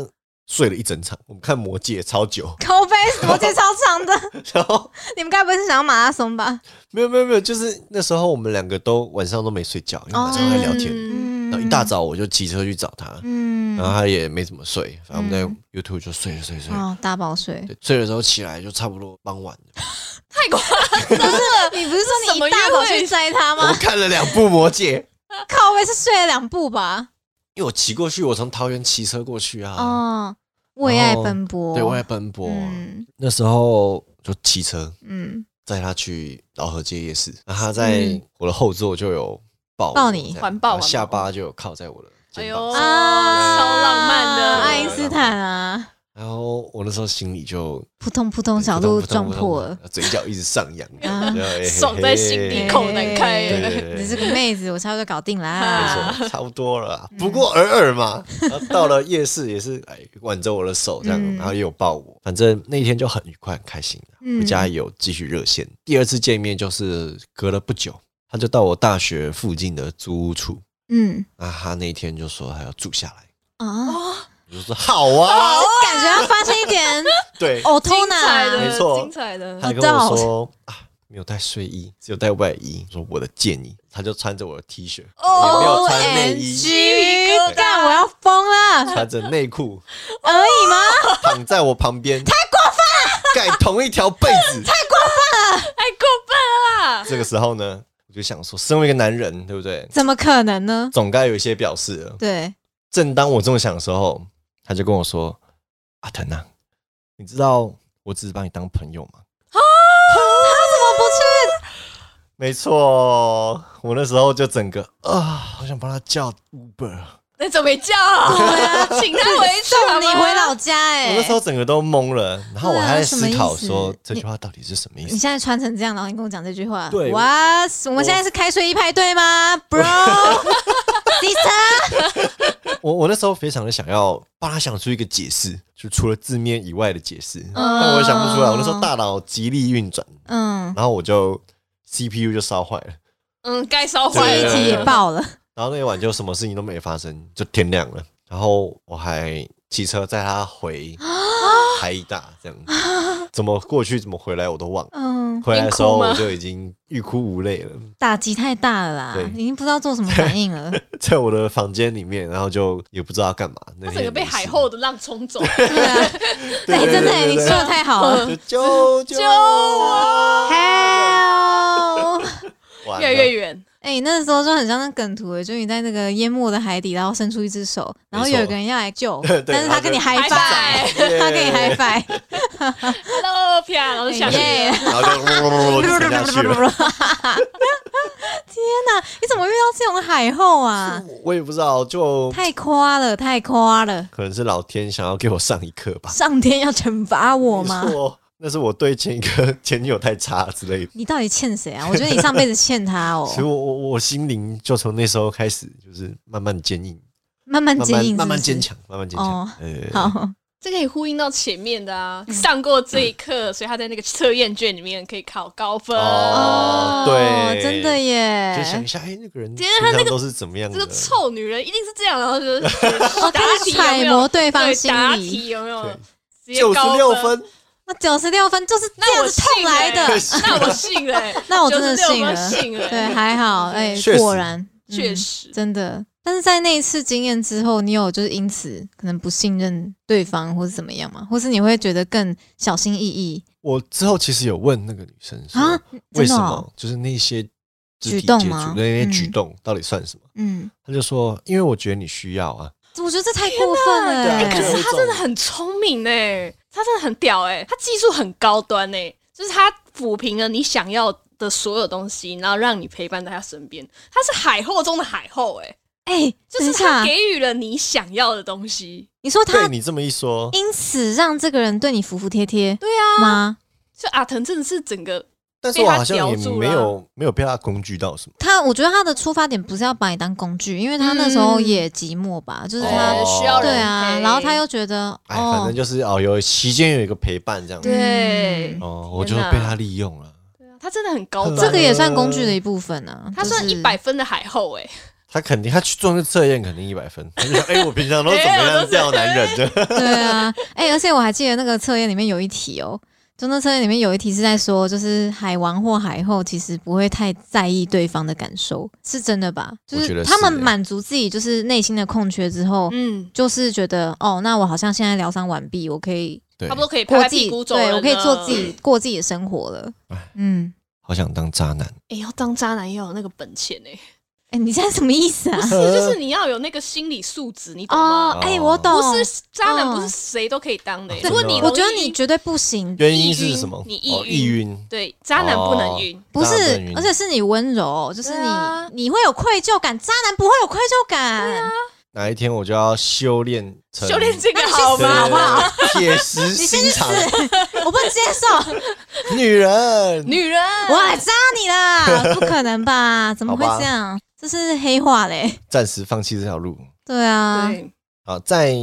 睡了一整场，我们看《魔戒》超久，
口碑什么介超长的？
然后
你们该不会是想要马拉松吧？
没有没有没有，就是那时候我们两个都晚上都没睡觉，因为晚上在聊天。
嗯
嗯
然后一大，早我就骑车去找她，
嗯
然后他也没怎么睡，反正我们在 YouTube 就睡了睡了睡了，
哦，大饱睡。
对，睡了之后起来就差不多傍晚了。
太夸
你不是说
什
你
么
一大
约
早
会
去摘它
我
吗
们？看了两部《魔戒》，
靠背是睡了两步吧？
因为我骑过去，我从桃园骑车过去啊，
哦，为爱奔波。
对，我在奔波。啊
嗯
那时候就骑车
嗯，
载他去老河街夜市，然后他在
嗯
我的后座就有抱我
抱你
这样
环抱
然后下
环抱
巴就有靠在我的
哎
肩
呦，
膀
超
上，
浪漫的
啊爱因斯坦啊，
然后我那时候心里就
扑通扑通，小鹿撞破了。，
嘴角一直上扬，
啊
然后哎嘿嘿
爽在心里
嘿
口难开
对对对
你是个嗯妹子，我差不多搞定啦
啊。
没错，差不多了啦。不过偶尔嘛，然后到了夜市也是哎挽着我的手这样，
嗯
然后也有抱我，反正那一天就很愉快很开心的。
嗯
回家也有继续热线。第二次见面就是隔了不久，他就到我大学附近的租屋处，
嗯
那他那一天就说他要住下来，
哦
啊，
我就说好啊，
感觉要发生一点
对，
哦，偷
精彩
呢
的，
没错
精彩的
他。还跟我说啊。没有带睡衣，只有带外衣。说我的建议，他就穿着我的 T 恤，也没有穿内衣，
G，干，我要疯了，
穿着内裤，
而已吗？
躺在我旁边，太过分了，盖同一条被子，
太哎过分了啦！
这个时候呢，我就想说，身为一个男人，对不对？
怎么可能呢？
总该有一些表示了。
对，
正当我这么想的时候，他就跟我说：“阿腾啊，你知道我只是把你当朋友吗
啊我不去，？”
没错，我那时候就整个啊，好想帮他叫 Uber。啊
那怎么没叫？请他回去
送
好吗
你啊回老家哎
我那时。候整个都懵了，然后我还在思考说、
对啊什么意思
这句话到底是什么意
你
思。
现在穿成这样，然后你跟我讲这句话，
对
哇，我们现在是开睡衣派对吗，bro？Sister，
我我那时候非常的想要帮他想出一个解释，就除了字面以外的解释，
嗯
但我也想不出来。我那时候大脑极力运转，
嗯，
然后我就 CPU 就烧坏了。
嗯，该烧
记
坏
忆
对对
体
对啊
了。
也爆了，
然后那一晚就什么事情都没发生，就天亮了。然后我还骑车载他回
啊
台一大，这样子怎么过去怎么回来我都忘了。
嗯，
回来的时候
你哭吗
我就已经欲哭无泪了，
打击太大了啦
对，
已经不知道做什么反应 了。
在我的房间里面，然后就也不知道要干嘛。那
他
天
整个被
也没事
海后的浪冲走，
对啊，对，
对对
真的哎你
对，对
说的太好了。
就救救 我，
Help！
完了
越来越远。
哎、那时候就很像那梗图，哎就你在那个淹没的海底，然后伸出一只手，然后
没错
有一个人要来救
对，
但是
然后
他跟你
就
嗨
嗨
拜，
耶
他跟你嗨拜，
Hello，啪，然后就下去了。
耶！
然后就沉下去 了。
天哪，你怎么遇到这种海后啊？
我也不知道，就
太夸了，太夸了！
可能是老天想要给我上一课吧。
上天要惩罚我吗
没？错？那是我对前一个 前女友太差之类的。
你到底欠谁啊？我觉得你上辈子欠他哦
其，实我我我心灵就从那时候开始，就是慢慢坚硬，
慢慢
慢
坚
慢
硬，
慢慢
是不是
坚。强，慢慢坚强
哦。
呃，
好，
这可以呼应到前面的啊，
嗯
上过这一课，所以他在那个测验卷里面可以考高分。
哦对
真的耶
就！想一下，哎，那个人
今
平
天他
常都是怎么样
这
的
个？臭女人一定是这样，然后就是
哦，开
答
始
题有没
揣
有
摩对方
对
心
答
理。
题有没有
对
直接
九十
啊高
六？分，
那九十六分就是这
那
样
我
子痛
信
来的，
欸那我信了欸，
那哦我真的
96
信
分
了
信了欸，
对，还好，哎、
确实
果然，嗯
确、实。
真的。但是在那一次经验之后，你有就是因此可能不信任对方，或是怎么样吗？或是你会觉得更小心翼翼
我之后其实有问那个女生说
啊，？
为
真
什
的、
么
哦？
就是那些肢
举
体
动
接触
吗
那些
嗯
举动到底算什么？
嗯，
他就说，因为我觉得你需要啊。
我觉得这太过分了、
对啊
可
哎
是他真的很聪明哎、他真的很屌哎、他技术很高端哎、就是他抚平了你想要的所有东西，然后让你陪伴在他身边。他是海后中的海后哎、
哎、
就
等
是
一
他
下，
给予了你想要的东西。
你说
对
他
你这么一说，
因此让这个人对你服服帖帖
对啊，
吗？
就阿腾真的是整个
但是我
被他
好像也
叼住
没
了
有没有被他工具到什么。
他，我觉得他的出发点不是要把你当工具，因为他那时候
嗯
也寂寞吧，就是他，
呃
哦
需要人
对啊，
陪
然后他又觉得，
哎，
哦，
反正就是哦，有期间有一个陪伴这样子。
对
嗯
哦，我就
天哪
被他利用了。
他真的很高端，
这个也算工具的一部分啊。
他算
就是
一百分的海后哎、
他肯定，他去做那测验肯定一百分。他就想，哎，我平 常都怎么
哎我都
样
是
钓男人 的？
对啊，哎、而且我还记得那个测验里面有一题哦，就那测验里面有一题是在说，就是海王或海后其实不会太在意对方的感受，是真的吧？就
我觉得是
他们
欸
满足自己就是内心的空缺之后，
嗯，
就是觉得哦，那我好像现在疗伤完毕，我可以
对
差不，多可以拍
过
拍
自己，
屁股走人
对
了
我可以做自己过自己的生活了。嗯，
好想当渣男。
哎、要当渣男要有那个本钱哎、
哎、你现在什么意思啊？
是
呃
就是你要有那个心理素质，你懂吗？
哦，哎、我懂，
不是渣男，
嗯
不是谁都可以当的欸。
啊
如果你
真的
我
吗
觉得
容易
你绝对不行，
原因是什么？
你抑
哦
郁
易晕。
对渣男不能晕，
不是
当然不能，晕
而且是你温柔，就是
对
你、
啊
你会有愧疚感，渣男不会有愧疚感。
哪一天我就要修炼成
修炼这个
那你去
好
死
吗？
好不好？
铁石
你先去
心肠，
我不接受，
女人。
女人，
我来扎你 啦！不可能吧？怎么会这样？这是黑化嘞。
暂时放弃这条路。
对啊，
对，
啊，在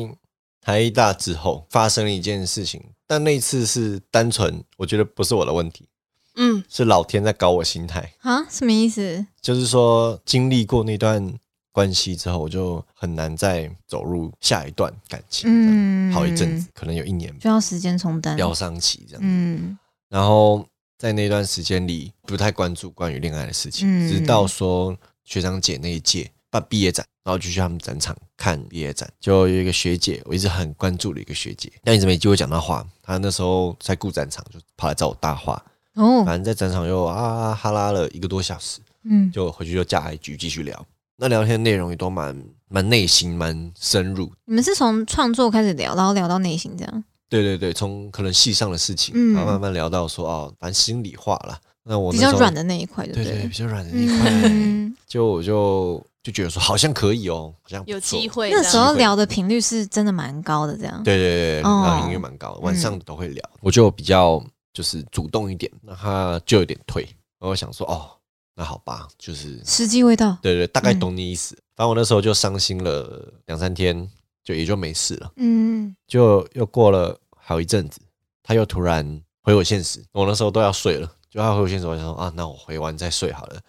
台一大之后发生了一件事情，但那一次是单纯，我觉得不是我的问题，
嗯，
是老天在搞我心态。
啊，什么意思？
就是说，经历过那段关系之后，我就很难再走入下一段感情，嗯，
嗯，
好一阵子，可能有一年吧
需要时间冲淡。
疗伤期这样。
嗯
然后在那段时间里，不太关注关于恋爱的事情，
嗯
直到说学长姐那一届办毕业展，然后就去他们展场看毕业展，就有一个学姐，我一直很关注的一个学姐，但一直没机会讲到话。她那时候在顾展场，就跑来找我搭话，
哦，
反正在展场又啊哈拉了一个多小时，
嗯
就回去就加 IG 继续聊。那聊天内容也都蛮蛮内心蛮深入，
你们是从创作开始聊，然后聊到内心这样。
对对对，从可能戏上的事情，
嗯
然后慢慢聊到说哦，反正心里话啦。那我
比
那时
较
候
软的那一块，对不
对对，
对？
比较软的那一块，
嗯，
就我就就觉得说好像可以哦，好像不错
有机。会
嗯那
的。
时候聊的频率是真的蛮高的，这样。
对对对，对
哦
然后音乐蛮高的，晚上都会聊，我就比较就是主动一点，那他就有点退，然后我想说哦，那好吧，就是
时机未到。
对对，大概
嗯
懂你意思。反正我那时候就伤心了两三天，就也就没事了。
嗯，
就又过了好一阵子，他又突然回我现实，我那时候都要睡了，就他回我线索，我想说啊，那我回完再 睡好了。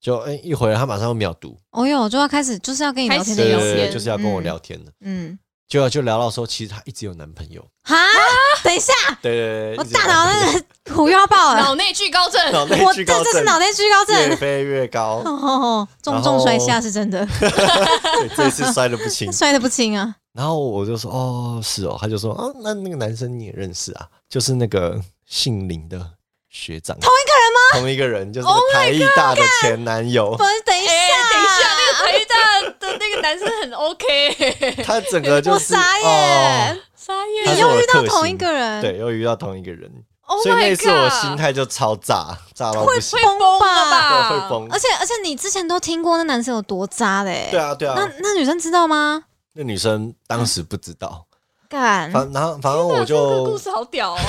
就哎、一回来，他马上又秒读，
哦哟，就要开始就是要跟你聊天的
开始
对
聊
对
天，
对，就是要跟我聊天的。
嗯，
就就聊到说，其实她一直有男朋友。
哈，等一下，
对对对，
我
一直有
大
男朋友
脑那个虎腰爆了，
脑内聚高症，
脑
我
内
这
居高
这是
症，
脑内居高
越
症。
飞越高
哦，哦，重
然
重
后
摔下是真的，
对，这 次摔得不轻。
摔得不轻啊！
然后我就说，哦，是哦，他就说，啊，那那个男生你也认识啊，就是那个姓林的学长，同一个人吗？同一个人，就是那个台艺大的前男友
不，是，等一下，
哎、等一下，那个台艺大的那个男生很 OK，
他整个就
我
是，
傻眼
哦，，
沙
他
耶
你
是我
又
的
遇到
克
同一
星
个人，
对，又遇到同一个人，
，Oh
所以那
my
一
god，
次我心态就超炸，炸到不行
会，崩了吧？
对会崩
而且而且你之前都听过那男生有多渣嘞，
对啊对啊
那，那女生知道吗？
那女生当时不知道，
干，
反然后反正
哇
我
这个故
就
事好屌哦，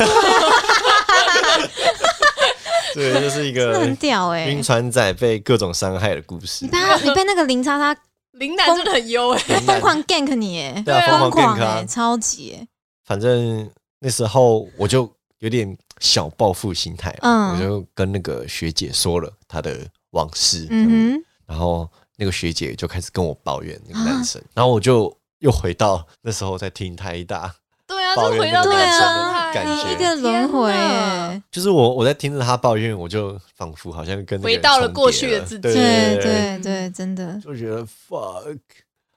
对，就是一
真的很
个
屌哎、
晕船仔被各种伤害的故事
你，被他，你被那个零叉 叉
林楠真的很优哎、
疯狂 gank 你哎、
对啊
对啊
疯
疯狂 gank
哎、
啊
超级、欸，
反正那时候我就有点小报复心态，
嗯
我就跟那个学姐说了她的往事，嗯，
嗯
然后那个学姐就开始跟我抱怨
啊
那个男生，然后我就又回到那时候在听台大，
对啊，就
抱怨
回到那
对
个
啊
状态，
感
哼，
觉
你一个轮回
天
哎
哪，
就是我我在听着她抱怨，我就仿佛好像跟那个人
回到了
重叠
过去的自己
对
对
对
对对，真的，
就觉得 fuck，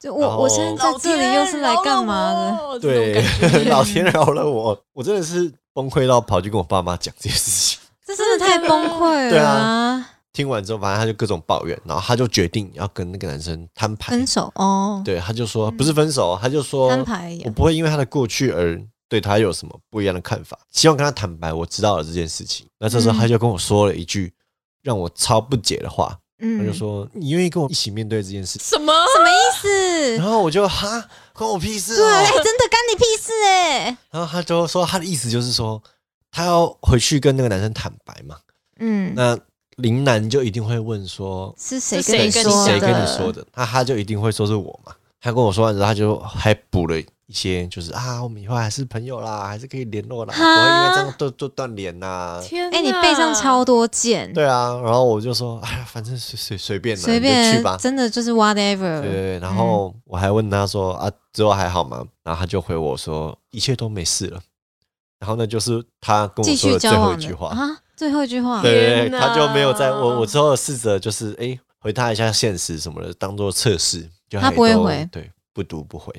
就
然
我
后
我现在在这里又是来干嘛的？
的
对， 老天
嗯
饶了我，我真的是崩溃到跑去跟我爸妈讲这件事情。
这真的太崩溃
对
了、
啊听完之后，反正他就各种抱怨，然后他就决定要跟那个男生摊牌。
分手哦，
对，他就说不是分手，他就说
摊牌呀
我不会因为他的过去而对他有什么不一样的看法，希望跟他坦白我知道了这件事情。那这时
嗯
候他就跟我说了一句让我超不解的话，他
嗯，
就说你愿意跟我一起面对这件事？
什么？
什么意思
然？后我就哈关我屁事
对，哎、
哦。
真的干你屁事哎、
然后他就说他的意思就是说他要回去跟那个男生坦白嘛。
嗯，
那林楠就一定会问说
是谁
是
跟你
是
谁
说
谁
的？
跟你说的？那他就一定会说是我嘛。他跟我说完之后，他就还补了一些，就是啊，我们以后还是朋友啦，还是可以联络啦，不
哈
会因为这样断断断联呐。
天哪，
哎、你背上超多剑，
对啊，然后我就说，哎呀，反正随随随便啦，
随
你
便
就去吧。
真的就是 whatever。
对对对，然后我还问他说啊，之后还好吗？然后他就回我说，一切都没事了。然后呢，就是他跟我
继
说
续
的最
交
后一
往
句
的
话，
啊，最后一句话，
对
天，哪
他就没有在我我之后试着就是哎、诶回他一下现实什么的，当做测试，就
他
也
不会
都
回
对，不读不回，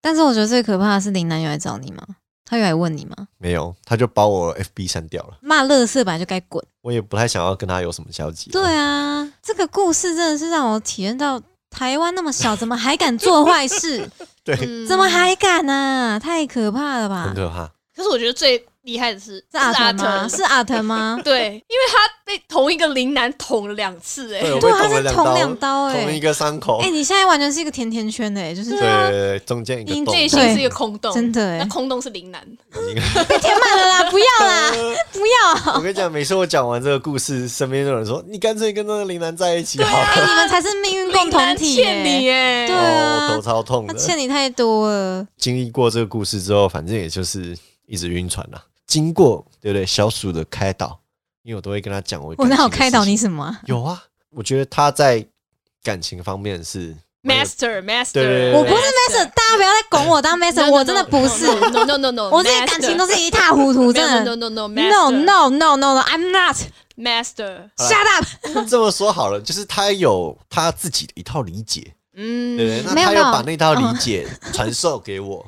但是我觉得最可怕的是林南有来找你吗？他有来问你吗？
没有，他就把我 FB 删掉了，
骂乐色本来就该滚。
我也不太想要跟他有什么交集、
对，啊，这个故事真的是让我体验到台湾那么小，怎么还敢做坏 事？
嗯
怎么？还敢啊？太可怕了吧
很！可怕。
可是我觉得最厉害的是
是阿腾吗？
腾，？
是阿腾吗
对，因为他被同一个林楠捅了两次，哎，
对，我被
对啊，他
捅了
是
两
捅两
刀，
刀
同一
哎。
个伤口，
哎，你现在完全是一个甜甜圈哎，就是
对对，对中间一个
你
洞，
内
这
心
对
是一个空洞，
真的
那
哎，
空洞是林楠，
被填满了 啦！不要啦，不要！
我跟你讲，每次我讲完这个故事，身边都有人说：“你干脆跟那个林楠在一起好
哎，
了。
你们才是命运共
林
同
楠
体
欠
哎
你。哎，
对啊
哦，我头超痛
他
的。
欠你太多了，
经历过这个故事之后，反正也就是一直晕船啦。啊经过对不对小鼠的开导，因为我都会跟他讲我
我哪有
感情的
开
事
导你
情？
什么、啊？
有啊，我觉得他在感情方面是蛮有
Master Master，
对对对
我不是 master，大家不要再拱我当 master，我真的不 是，
，No No No No，
我自己感情都是一塌糊涂，真的。
No No No
No no no no no，I'm not。
Master，
Shut up。
这么说好了，就是他有他自己的一套理解，
嗯，
对不对？那
没有
他
没
又
有嗯
把那套理解传授给我，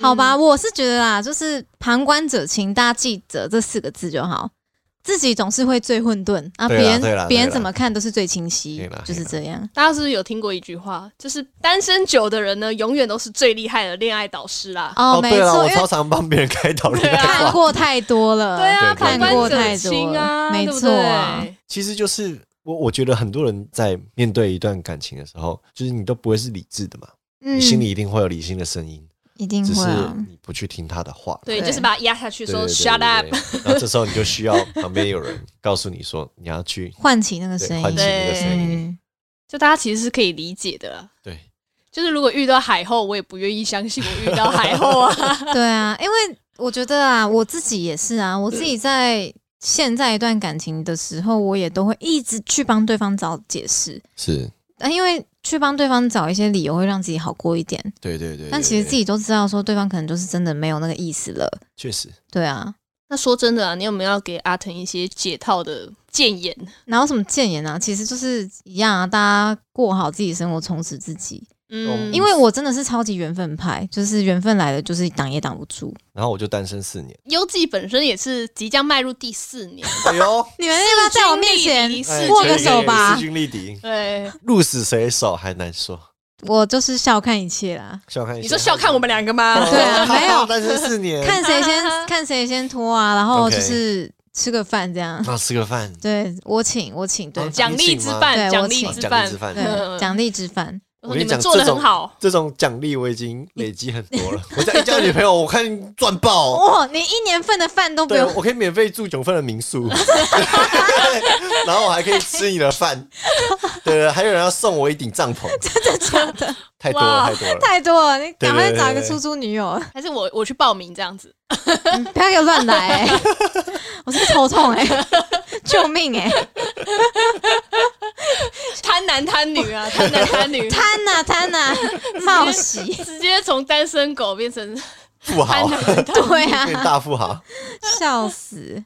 好
嗯
吧，我是觉得啦，就是旁观者清，大家记着这四个字就好。自己总是会最混沌啊，别
对啦对啦对
人
啦
别人怎么看都是最清
对
晰
啦，
就是这样。
大家是不是有听过一句话，就是单身久的人呢，永远都是最厉害的恋爱导师啦。
哦，没
对了，
错，
我
因为
超常帮别人开导恋
对啊
爱
看
话，
过太多了，
对啊，
对
旁
看
对
过
观者
太多
清啊，
了，没
对不
错啊。
对
其实就是我我觉得很多人在面对一段感情的时候，就是你都不会是理智的嘛，
嗯
你心里一定会有理性的声音，
一定
只是
会啊，
你不去听他的话。
对，
对
就是把它压下去
对对
说
对
shut up，
对对然后这时候你就需要旁边有人 告诉你说你要去
唤起那个
对
声
唤
音
起。你的
对
声音。
嗯，
就大家其实是可以理解的啦。
对，
就是如果遇到海后，我也不愿意相信我遇到海后啊。
对啊，因为我觉得啊，我自己也是啊，我自己在陷在一段感情的时候，我也都会一直去帮对方找解释，
是
但因为去帮对方找一些理由，会让自己好过一点。
对对对。
但
对
其实
对
自己都知道，说对方可能就是真的没有那个意思了。
确实
对啊，
那说真的啊，你有没有要给阿腾一些解套的建言？
哪有什么谏言啊？其实就是一样啊，大家过好自己生活，充实自己。
嗯，
因为我真的是超级缘分派，就是缘分来了，就是挡也挡不住。
然后我就单身四年。
优记本身也是即将迈入第四年，
哎呦，
你们要不要在我面前
势均力敌
哎
握个手
势
吧？
均力敌，
对，
鹿死谁手还难说。
我就是笑看一切啦，
笑看一下，
你说笑看我们两个吗？
对啊没有
单身四年，
看谁先看谁先拖啊，然后就是吃个饭这样。
那吃个饭，
对我请我请，对
啊
奖励之饭，
对
奖
我
励
请
之
奖励
饭
之，饭
对奖励之饭，
我说
跟
你
你讲
们做的
这种
很好，
这种奖励我已经累积很多 了。我在一交女朋友，我看赚爆。
哇，你一年份的饭都不
对，
用
我可以免费住九份的民宿，然后我还可以吃你的饭。对对，还有人要送我一顶帐篷，真的假的？太多了，
哇
太多了。
太多了，你赶快
对对对
找一个
对
出租女友，
还是我我去报名这样子？
嗯 不要给我乱来、欸， 我是头痛哎、 救命哎、
贪男贪女啊，贪男贪女，
贪呐贪呐，冒喜，
直接从单身狗变成
富豪
贪，男贪
对
变
啊，
大富豪，
笑死。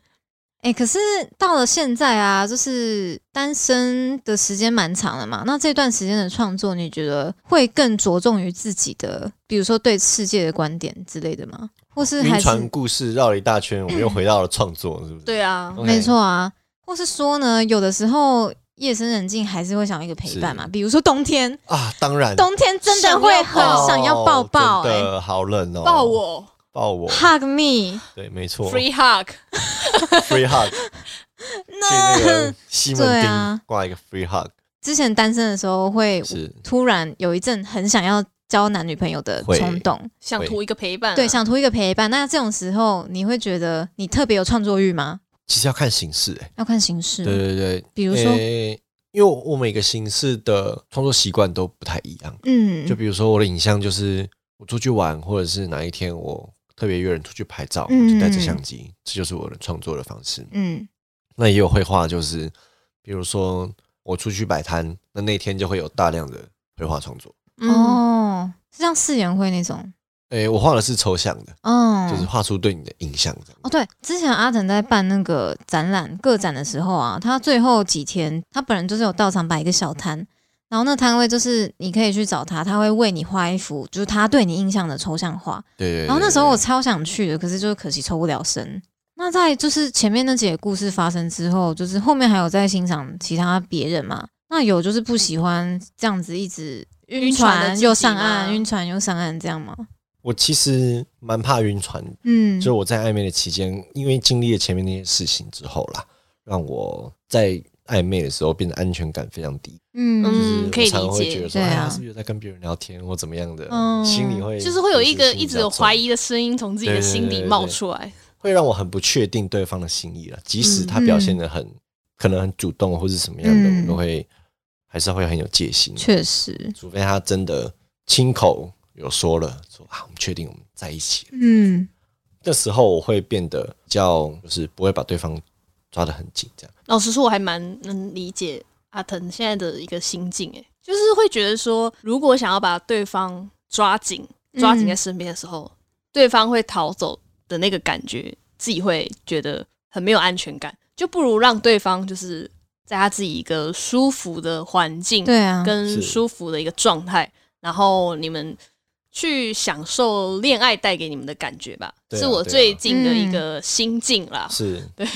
哎、可是到了现在啊，就是单身的时间蛮长了嘛。那这段时间的创作，你觉得会更着重于自己的，比如说对世界的观点之类的吗？或是
名
还
传
是
故事绕了一大圈，我们又回到了创作，是不是？
对啊，
OK
没错啊，或是说呢，有的时候夜深人静还是会想要一个陪伴嘛。比如说冬天，
啊，当然，
冬天真的会很想要抱抱、
哦真
欸，
的好冷哦，
抱，我
抱我，
hug me，
对，没错
free hug，
，free hug，去那个西门
对
町
啊
挂一个 free hug，
之前单身的时候会
是
突然有一阵很想要交男女朋友的
会
冲动，
想
会
图一个陪伴啊，
对，想图一个陪伴。那这种时候，你会觉得你特别有创作欲吗？
其实要看形式，哎，
要看形式，
对对对，
比如说
诶因为我每个形式的创作习惯都不太一样，
嗯，
就比如说我的影像就是我出去玩，或者是哪一天我特别约人出去拍照，我
嗯
就带着相机，这就是我的创作的方式。
嗯
那也有绘画，就是比如说我出去摆摊，那那天就会有大量的绘画创作。
嗯，
哦，是像世园会那种，
诶，我画的是抽象的，
哦，
就是画出对你的印象这样。
哦，对，之前阿腾在办那个展览个展的时候啊，他最后几天他本人就是有到场摆一个小摊，然后那摊位就是你可以去找他，他会为你画一幅就是他对你印象的抽象画。
对对对。
然后那时候我
对
超想去的，可是就是可惜抽不了身。那在就是前面那几个故事发生之后，就是后面还有在欣赏其他别人嘛，那有就是不喜欢这样子一直
晕
晕
船的
船
自
又
己
上
吗
岸，晕船又上岸这样吗？
我其实蛮怕晕船的
嗯，
就我在暧昧的期间，因为经历了前面那些事情之后啦，让我在暧昧的时候变得安全感非常低，
嗯
嗯
就是
可
我
以理
常常会
解
觉得说，
对
哎，
啊
他是不是又在跟别人聊天或怎么样的，
嗯
心里会
就是会有一个一直有怀
就是心里比较重，
疑的声音从自己的心里冒出来，
会让我很不确定对方的心意了。即
嗯
使他表现的很、可能很主动或是什么样的，
嗯
我都会还是会很有戒心，
确实，
除非他真的亲口有说了，说啊，我们确定我们在一起了。
嗯。
那时候我会变得比较就是不会把对方抓得很紧，这样。
老实说，我还蛮能理解阿腾现在的一个心境，哎，就是会觉得说，如果想要把对方抓紧，抓紧在身边的时
嗯
候，对方会逃走的那个感觉，自己会觉得很没有安全感，就不如让对方就是在他自己一个舒服的环境，
对啊，
跟
是
舒服的一个状态，然后你们去享受恋爱带给你们的感觉吧，
对啊
是我
对啊
最近的一
嗯
个心境啦。
是
对，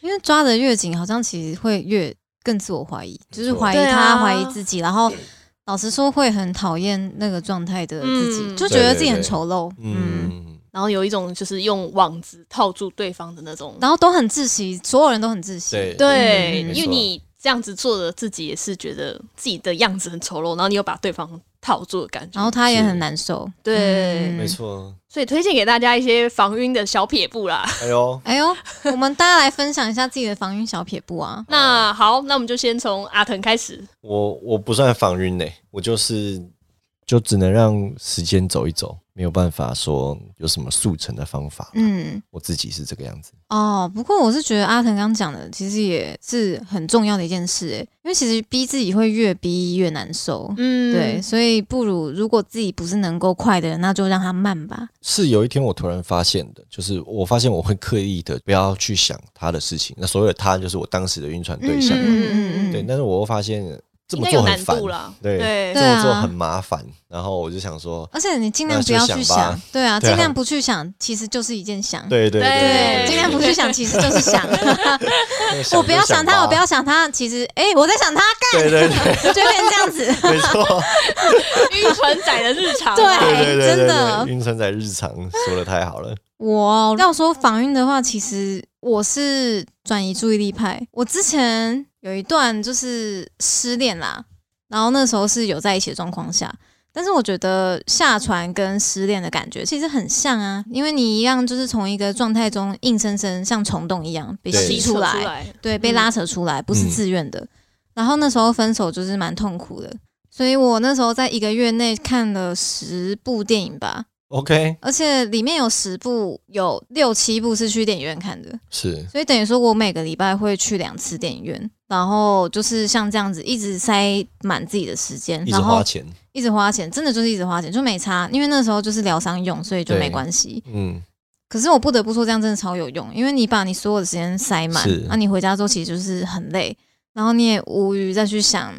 因为抓的越紧，好像其实会越更自我怀疑，就是
没错
怀疑
对啊
他，怀疑自己，然后老实说会很讨厌那个状态的自己，
嗯
就觉得自己
对对
很
对
丑陋，嗯，
嗯，
然后有一种就是用网子套住对方的那种，
然后都很窒息，所有人都很窒息，
对
对，
嗯
没
因为
错
你这样子做的自己也是觉得自己的样子很丑陋，然后你又把对方套住的感觉，
然后他也
是
很难受，
对
嗯
没。错。
所以推荐给大家一些防晕的小撇步啦。
哎呦，
哎呦，我们大家来分享一下自己的防晕小撇步啊！
那好，那我们就先从阿腾开始，
我我不算防晕呢、我就是就只能让时间走一走，没有办法说有什么速成的方法。
嗯，
我自己是这个样子，
哦，不过我是觉得阿腾刚讲的其实也是很重要的一件事，诶，因为其实逼自己会越逼越难受。
嗯
对，，所以不如如果自己不是能够快的人，那就让它慢吧。
是有一天我突然发现的，就是我发现我会刻意的不要去想他的事情，那所有的他就是我当时的晕船对象，
嗯
对，但是我又发现这
应
么
该
做
有
很
难
烦
度，啦。
对
对
这
对
么做
啊
很麻烦，然后我就想说，
而且你尽量
那
不
就
要
想
去
吧
想，对啊，
对啊
尽量不去想，其实就是一件 想。
对对
对
对，尽量不去想，其实就是想。我不要想他，我不要，想他，其实哎，我在想他，
那想就想吧对对对，
就变成这样子。
没 错，
晕船仔的日常啊，
对
对对对
真
对
的
对，晕船仔日常说的太好了，
我要说防晕的话，其实我是转移注意力派。我之前有一段就是失恋啦，然后那时候是有在一起的状况下，但是我觉得下船跟失恋的感觉其实很像啊，因为你一样就是从一个状态中硬生生像虫洞一样被
对
吸
吸
出
出
来，
来，
对，被
嗯
拉扯出来，不是自愿的。然后那时候分手就是蛮痛苦的，所以我那时候在一个月内看了十部电影吧，
OK，
而且里面有十部，有六七部是去电影院看的，
是
所以等于说我每个礼拜会去两次电影院，然后就是像这样子一直塞满自己的时间，
一直
然
花
后
钱，
一直花钱，真的就是一直花钱，就没差，因为那时候就是疗伤用，所以就
对
没关系。
嗯，
可是我不得不说，这样真的超有用，因为你把你所有的时间塞满
是，
那、你回家之后其实就是很累，然后你也无余再去想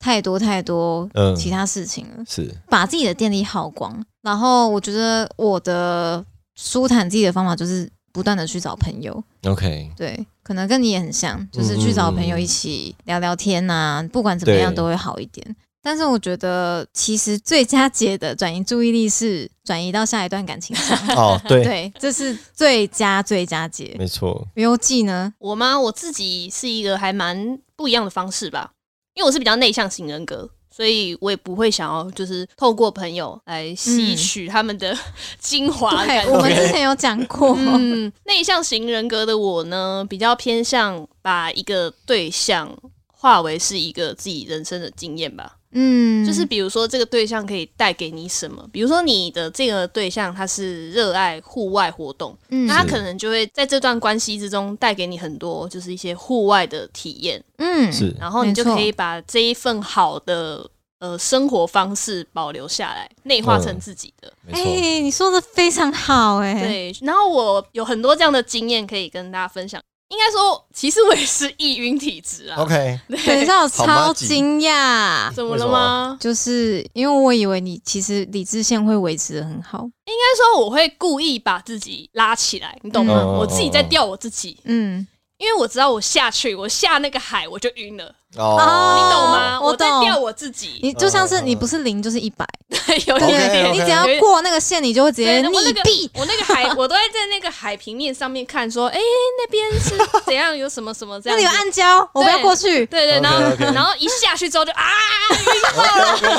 太多太多
嗯
其他事情了，
是
把自己的电力耗光。然后我觉得我的舒坦自己的方法就是不断的去找朋友，
OK，
对，可能跟你也很像，就是去找朋友一起聊聊天呐、不管怎么样都会好一点。但是我觉得，其实最佳解的转移注意力是转移到下一段感情上。
哦， 对，
对，这是最佳最佳解。
没错，
游记呢？
我吗？我自己是一个还蛮不一样的方式吧，因为我是比较内向型人格，所以我也不会想要就是透过朋友来吸取他们的 精华的
嗯对，
感觉。
我们之前有讲过。
嗯，内向型人格的我呢，比较偏向把一个对象化为是一个自己人生的经验吧。
嗯，
就是比如说这个对象可以带给你什么，比如说你的这个对象他是热爱户外活动，
嗯
那他
是
可能就会在这段关系之中带给你很多就是一些户外的体验，
嗯
是
然后你就
没错
可以把这一份好的呃生活方式保留下来，内化成自己的。
没
哎、
错，
你说的非常好哎、
对，然后我有很多这样的经验可以跟大家分享。应该说，其实我也是易晕体质啊。
OK，
等一下，我
好妈
超
吉
惊讶，
怎么了吗？
就是因为我以为你其实理智线会维持的很好。
应该说我会故意把自己拉起来，你懂吗？
嗯
我自己在吊我自己，
嗯，
因为我知道我下去，我下那个海我就晕了，
哦
你
哦，
懂吗？
我
我在
懂
吊我自己，
你就像是
嗯嗯
你不是零就是一百，
有一
对
点
OK，OK
你只要过那个线，你就会直接
对，我那
溺
个
毙。
我那个 海，我都会在那个海平面上面看，说，哎、那边是怎样，有什么什么这
那
样
里
子
有。暗礁，我不要过去。
对对，然后
OK，OK
然后一下去之后就啊，
OK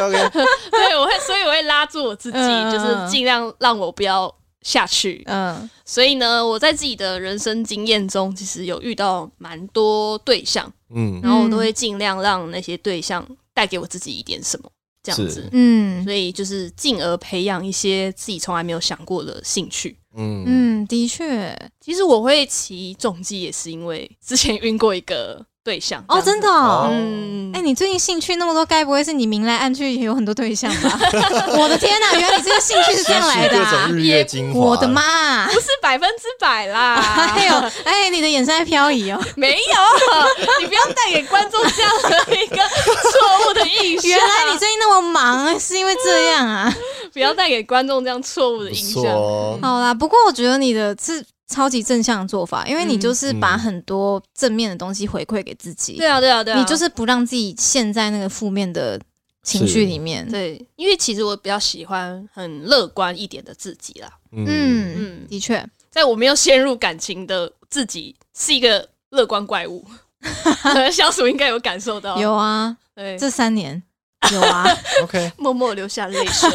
OK，
对我会，所以我会拉住我自己，
嗯
就是尽量让我不要下去。
嗯
所以呢，我在自己的人生经验中，其实有遇到蛮多对象，
嗯，
然后我都会尽量让那些对象带给我自己一点什么，这样
是
子。
嗯
所以就是进而培养一些自己从来没有想过的兴趣。
嗯，
嗯，的确。
其实我会骑重机，也是因为之前晕过一个对象
哦，真的、哦。
哦
嗯，
哎、你最近兴趣那么多，该不会是你明来暗去也有很多对象 吧？我的天哪、原来你这个兴趣是这样来的、
各
啊
种！日月精华，
我的妈、啊！
不是百分之百 啦
哎，呦，哎，你的眼神在漂移哦。
没有，啊你不要带给观众这样的一个错误的印 象。
原来你最近那么忙，是因为这样啊？
不要带给观众这样错误的
不
印
错
象。
哦，
好啦，不过我觉得你的是超级正向的做法，因为你就是把
嗯
很多正面的东西回馈给自己。
对啊，对啊，对啊，
你就是不让自己陷在那个负面的情绪里面。，
对，因为其实我比较喜欢很乐观一点的自己啦。
嗯，
嗯
嗯
的确，
在我没有陷入感情的自己，是一个乐观怪 物。小鼠应该有感受到，
有啊，
对，
这三年有 啊，
OK，
默默流下泪水。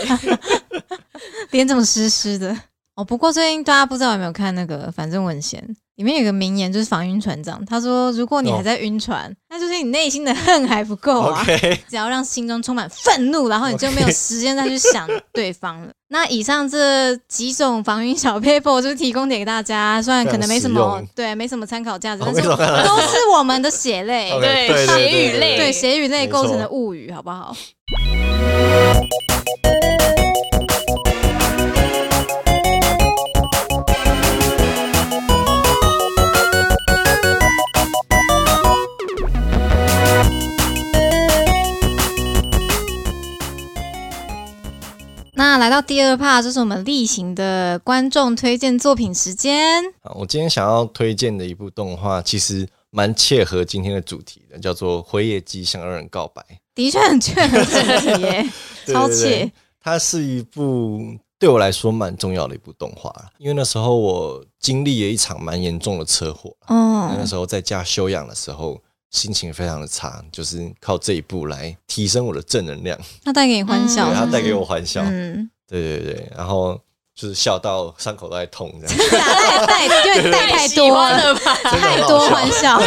脸怎么湿湿的？哦，不过最近大家不知道有没有看那哦个《反正文贤》，里面有个名言，就是防晕船长，他说：“如果你还在晕船，那就是是你内心的恨还不够啊。
OK，
只要让心中充满愤怒，然后你就没有时间再去想对方了。那以上这几种防晕小 paper 就是提供给大家，虽然可能没什
非常实
么
用
对，没什么参考价值，
哦
但是
没什么参考
都是我们的血泪，
OK，对对
血
对
与
对
泪，
对血与泪
没错
构成的物语，好不好？那来到第二 part，就是我们例行的观众推荐作品时间。
好啊我今天想要推荐的一部动画，其实蛮切合今天的主题的，叫做《辉夜姬向二人告白》。
的确很确很主 题耶，
对
超
对
切。
对它是一部对我来说蛮重要的一部动画，因为那时候我经历了一场蛮严重的车祸，那
嗯
时候在家休养的时候，心情非常的差，就是靠这一部来提升我的正能量，
它带给你欢笑，
对，
是
它
不
带给
是
我欢笑，
嗯，
对对对，然后就是笑到伤口都在痛这样，
带带就带太多了，
了吧？
真的
太
很好
多
笑
欢笑，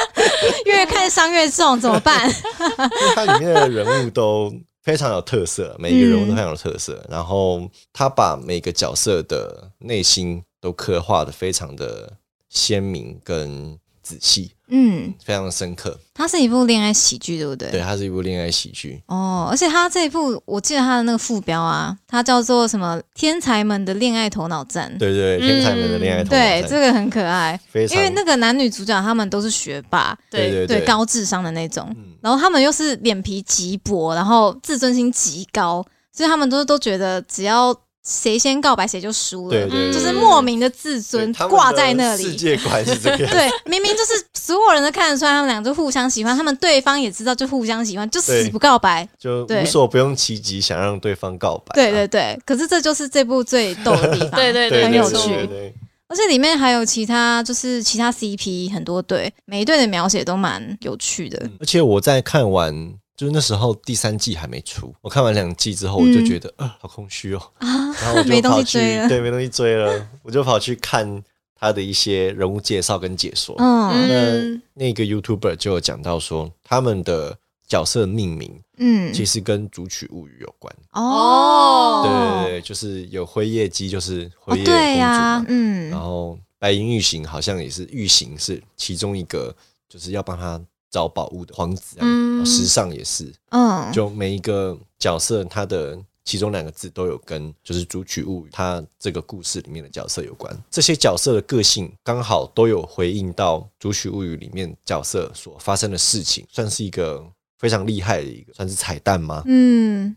越看伤越重，怎么办？
因为它里面的人物都非常有特色，每一个
嗯
人物都非常有特色。然后他把每个角色的内心都刻画的非常的鲜明跟仔细，
嗯，
非常的深刻。
它是一部恋爱喜剧，对不对？
对，它是一部恋爱喜剧。
哦，而且它这一部，我记得它的那个副标啊，它叫做什么“天才们的恋爱头脑战”。
对对，
嗯
天才们的恋爱童
对，这
个
个很可爱，
非常
因为那个男女主角他们都是学霸，
对对
对高智商的那种，
嗯
然后他们又是脸皮极薄，然后自尊心极高，所以他们都都觉得只要谁先告白谁就输了，
对对对，
就是莫名的自尊
对他们的
挂在那
世
里。
界观是这个。
对，明明就是所有人都看得出来，他们俩就互相喜欢，他们对方也知道就互相喜欢，就死
对哎
不告白。
就
对
无所不用其极，想让对方告白啊、
对对对，可是这就是这部最逗的地方。
对对对，
很
对
有
对
趣
对对
而且里面还有其他，就是其他 CP 很多对，每一对的描写都蛮有趣的。
而且我在看完，就是那时候第三季还没出，我看完两季之后，我就觉得、呃好空虚哦，然后我
嗯啊没
就
东西
跑去
追了
对没东西追了，我就跑去看他的一些人物介绍跟解说。
嗯
嗯
那那个 YouTuber 就有讲到说，他们的角色命名
嗯，
其实跟《竹取物语》有关。
哦，
对对对，就是有辉夜姬，就是
哦
辉夜公主
对呀、
嘛，然
嗯，
后白银玉行好像也是玉行是其中一个，就是要帮他找宝物的皇子啊，
嗯
时尚也是，
嗯，
就每一个角色他的其中两个字都有跟就是《竹取物语》它这个故事里面的角色有关，这些角色的个性刚好都有回应到《竹取物语》里面角色所发生的事情，算是一个非常厉害的一个算是彩蛋吗？
嗯，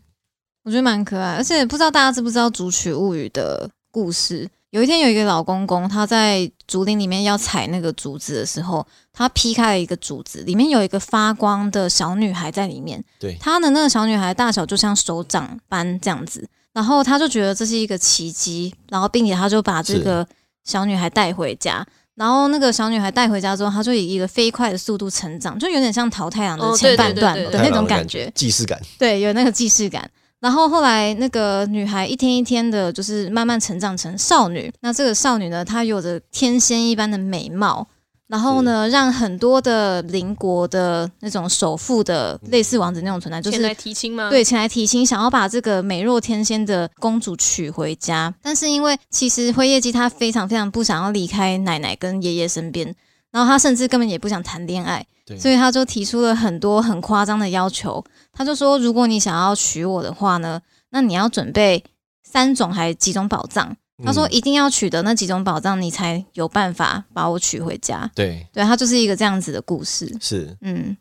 我觉得蛮可爱，而且不知道大家知不知道《竹取物语》的故事。有一天，有一个老公公，他在竹林里面要采那个竹子的时候，他劈开了一个竹子，里面有一个发光的小女孩在里面。
对
她的那个小女孩大小就像手掌般这样子，然后他就觉得这是一个奇迹，然后并且他就把这
是
个小女孩带回家。然后那个小女孩带回家之后，她就以一个飞快的速度成长，就有点像桃太郎的
哦
前
对对
半
对
段
对
的
对
那
太郎
种
的
感
感
觉，
既视感，
对，有那个既视感。然后后来那个女孩一天一天的，就是慢慢成长成少女。那这个少女呢，她有着天仙一般的美貌，然后呢，让很多的邻国的那种首富的类似王子那种存在，就
前来
是。
提亲吗？
对，前来提亲，想要把这个美若天仙的公主娶回家，但是因为其实辉夜姬她非常非常不想要离开奶奶跟爷爷身边，然后她甚至根本也不想谈恋爱，
对
所以他就提出了很多很夸张的要求。他就说，如果你想要娶我的话呢，那你要准备三种还几种宝藏。他说
嗯
一定要取得那几种宝藏，你才有办法把我娶回家。
对
对，它就是一个这样子的故事。
是
嗯，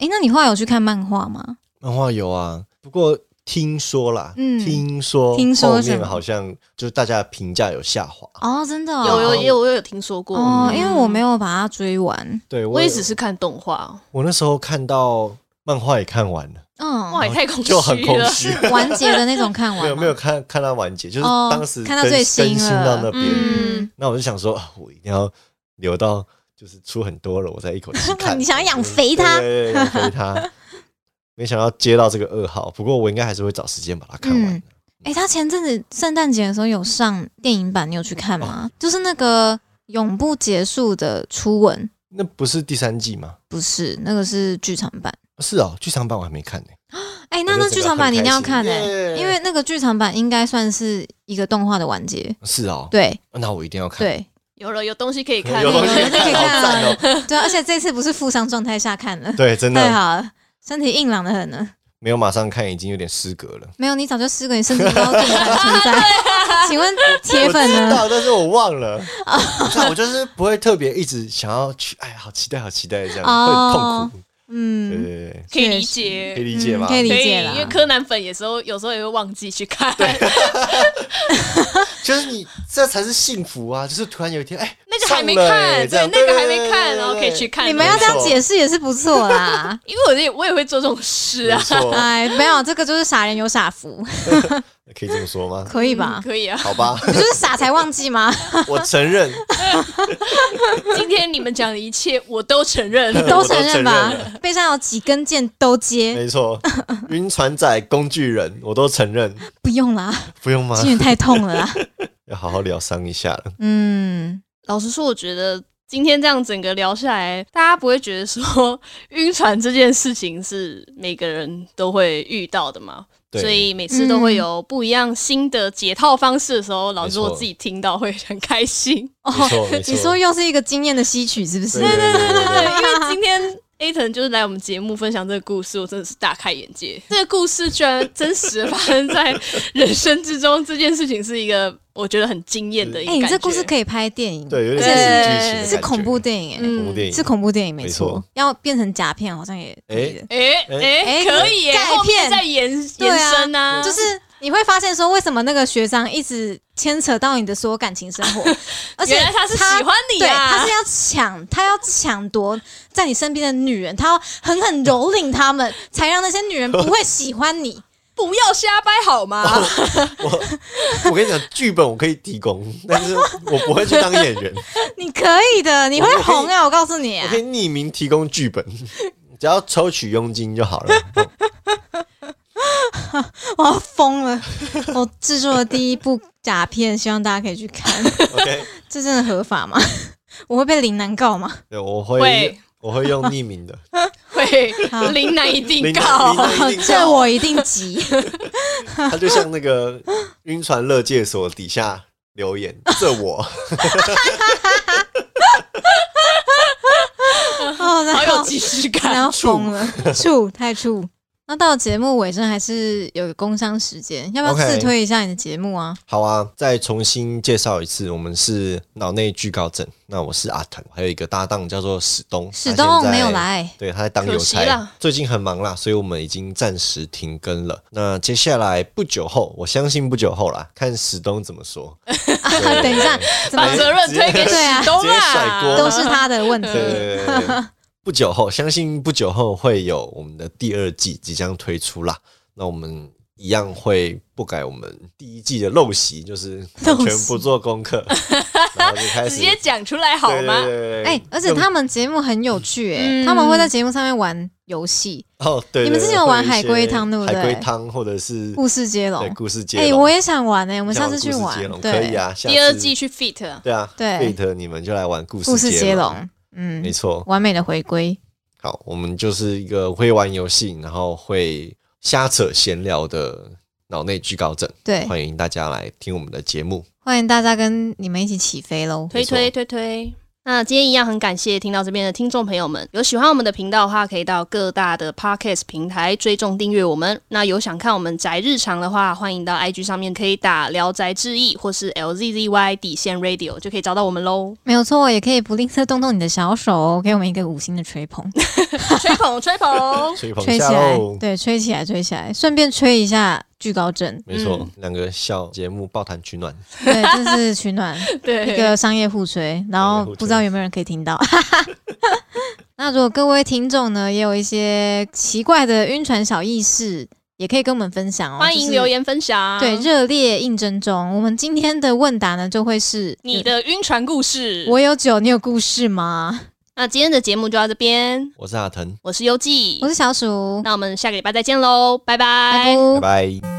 诶，那你后来有去看漫画吗？
漫画有啊，不过听说啦，
嗯
听说
听说
后
什
面
么
好像就是大家的评价有下滑。
哦，真的、哦，
有有有我有听说过
哦，
嗯
因为我没
有，
有把它追完。
对
我
我
也只是看动画，哦
我那时候看到漫画也看完了，
嗯，
哇，也太空 虚
就很空
了。
虚，
完结的那种看完吗
没有没有看看到完结，就是
哦
当时
看到
更
最新
更新
了
到那边，
嗯，
那我就想说，啊我一定要留到就是出很多了，我再一口气看。
你想要养肥它
对对对养肥它。 没想到接到这个噩耗，不过我应该还是会找时间把它看完的。
嗯诶，他前阵子圣诞节的时候有
哦
上电影版，你有去看吗？就是那个永不结束的初吻，
那不是第三季吗？
不是，那个是剧场版。
是哦，剧场版我还没看呢、
哎、那
我
那
觉得这个
剧场版你一定要看哎、
很开心耶
因为那个剧场版应该算是一个动画的完结。
是哦，
对
那我一定要看。
对
有了，有东西可以看了，
有东西
可以看
好赞哦！
对啊，而且这次不是负伤状态下看了，
对，真
太
的
好了，身体硬朗的很呢。
没有马上看，已经有点失格了。
没有，你早就失格，你身体高度还存 在。请问铁粉
我知
呢？哦
道，但是我忘了。不是啊我就是不会特别一直想要去，哎，好期待，好期待这样，会
哦
痛苦。对
嗯，
对对，
可以理
可以
解。
理解吗？
嗯可以理
可以，
解啦
因为柯南粉有时候有时候也会忘记去看，
就是你这才是幸福啊！就是突然有一天，哎，
那个还没
上了
看，
哎这
对，
样
那个还没
对
看，
对
然后可以去看。
你们要这样
没错
解释也是不错啦。
因为我也我也会做这种事
对
啊
没，错，
哎，没有，这个就是傻人有傻福，
可以这么说吗？
可以吧
嗯？可以啊。
好吧，
不就是傻才忘记吗？
我承认，
今天你们讲的一切我都承 认，
都承认吧
我都承认，哎
背上有几根剑都接，
没错，晕船仔、工具人，我都承认，
不用啦，
不用吗？
今天太痛了啦。
要好好疗伤一下了。
嗯，
老实说，我觉得今天这样整个聊下来，大家不会觉得说 晕船这件事情是每个人都会遇到的嘛？
对
所以每次都
嗯
会有不一样新的解套方式的时候，老实说
没错
我自己听到会很开心。
没错，没错。
你说又是一个经验的吸取，是不是
对？对对对对
对，因 为今天 Aton 就是来我们节目分享这个故事，我真的是大开眼界。这个故事居然真实地发 生在人生之中，这件事情是一个我觉得很惊艳的一个
哎，你
感觉。
这故事可以拍电影，
对，有
而
点
且
喜
是
剧性的感
对
觉
是恐怖电影，
恐怖电
哎，
影
是恐怖电影，没
没
错
错，
要变成假片好像也可以的。
哎哎
哎
可以耶，
钙片
后面再延
对啊
延伸啊，
就是你会发现说，为什么那个学长一直牵扯到你的所有感情 生活，而且
原来他是喜欢你
对，
啊，
他是要抢，他要抢夺在你身边的女人，他要狠狠蹂躏他们，才让那些女人不会喜欢你。
不要瞎掰好吗？
我跟你讲，剧本我可以提供， 但是我不会去当演 员，
你可以的，你会红啊！我告诉你
我
啊
可，以匿名提供剧本， 只要抽取佣金就 好了。哦
我要疯了！我制作的第一部假片，希望大家可以去看。
OK，
这真的合法吗？ 我会被林南告 吗？
对，我会
会
我会用匿名的，
会
好
林南一定
林
告，
南一 定
这
告
我一定 急。
他就像那个晕船乐界所底下 留言，这我
哦，然
好有
后
即视
然
感。
后疯了， 处太处。那到节目尾声还是有工商时间，要不要
OK
自推一下你的节目啊？
好啊！再重新介绍一次，我们是脑内惧高症，那我是阿腾，还有一个搭档叫做史东，
史
他
东
现在
没有。来，
对，他在当
可
邮
惜
差
啦，
最近很忙啦，所以我们已经暂时停更了。那接下来不久后，我相信不久后啦，看史东怎么说。
嗯
对
等一下，怎么
把责任推给
对啊
史东
直接甩
啊，
锅
都是他的问题？
对对对对对不久后，相信不久后会有我们的第二季即将推出啦。那我们一样会不改我们第一季的陋 习，就是完全不做功课，然后就开始
直接讲出来好吗？
对对对对
哎、而且他们节目很有趣、哎、
嗯
他们会在节目上面玩游戏，
哦，对，对对
你们之前有玩
会一些
海龟汤对不对
海龟汤或者是
故事接
对
龙。
故事接
哎、
龙，
我也想玩哎、我
我
们下次去玩，对，
可以啊，下次
第二季去 fit 啊，
对啊，
对
，Fate 你们就来玩故
故事接
龙，
龙，嗯
没，错，
完美的回归。
好，我们就是一个会玩游戏，然后会瞎扯闲聊的脑内居高症。
对，
欢迎大家来听我们的节目。
欢迎大家跟你们一起起飞喽。
推推推推。那今天一样很感谢听到这边的听众朋友们，有喜欢我们的频道的话，可以到各大的 podcast 平台追踪订阅我们。那有想看我们宅日常的话，欢迎到 IG 上面可以打“聊斋志异”或是 “LZZY 底线 Radio” 就可以找到我们喽。
没有错，也可以不吝啬动动你的小手哦，给我们一个五星的吹捧，
吹捧吹 捧，
吹捧
吹起
下
来
哦，，
对，吹起来，吹起来，顺便吹一下巨高症，
没错，两个小节目抱团取暖。
对，这是取暖。一
对，
个商业互吹，然后不知道有没有人可以听到。 那如果各位听众呢，也有一些奇怪的晕船小意识，也可以跟我们分享哦。
欢
就
迎
是
留言分啊享。
对，热烈应征中。我们今天的问答呢，就会是
你的晕船故事。
我有酒，你有故事吗？
那今天的节目就到这边，
我是阿腾，
我是优记
我，是小鼠，
那我们下个礼拜再见喽，拜
拜
拜。
拜
拜。拜。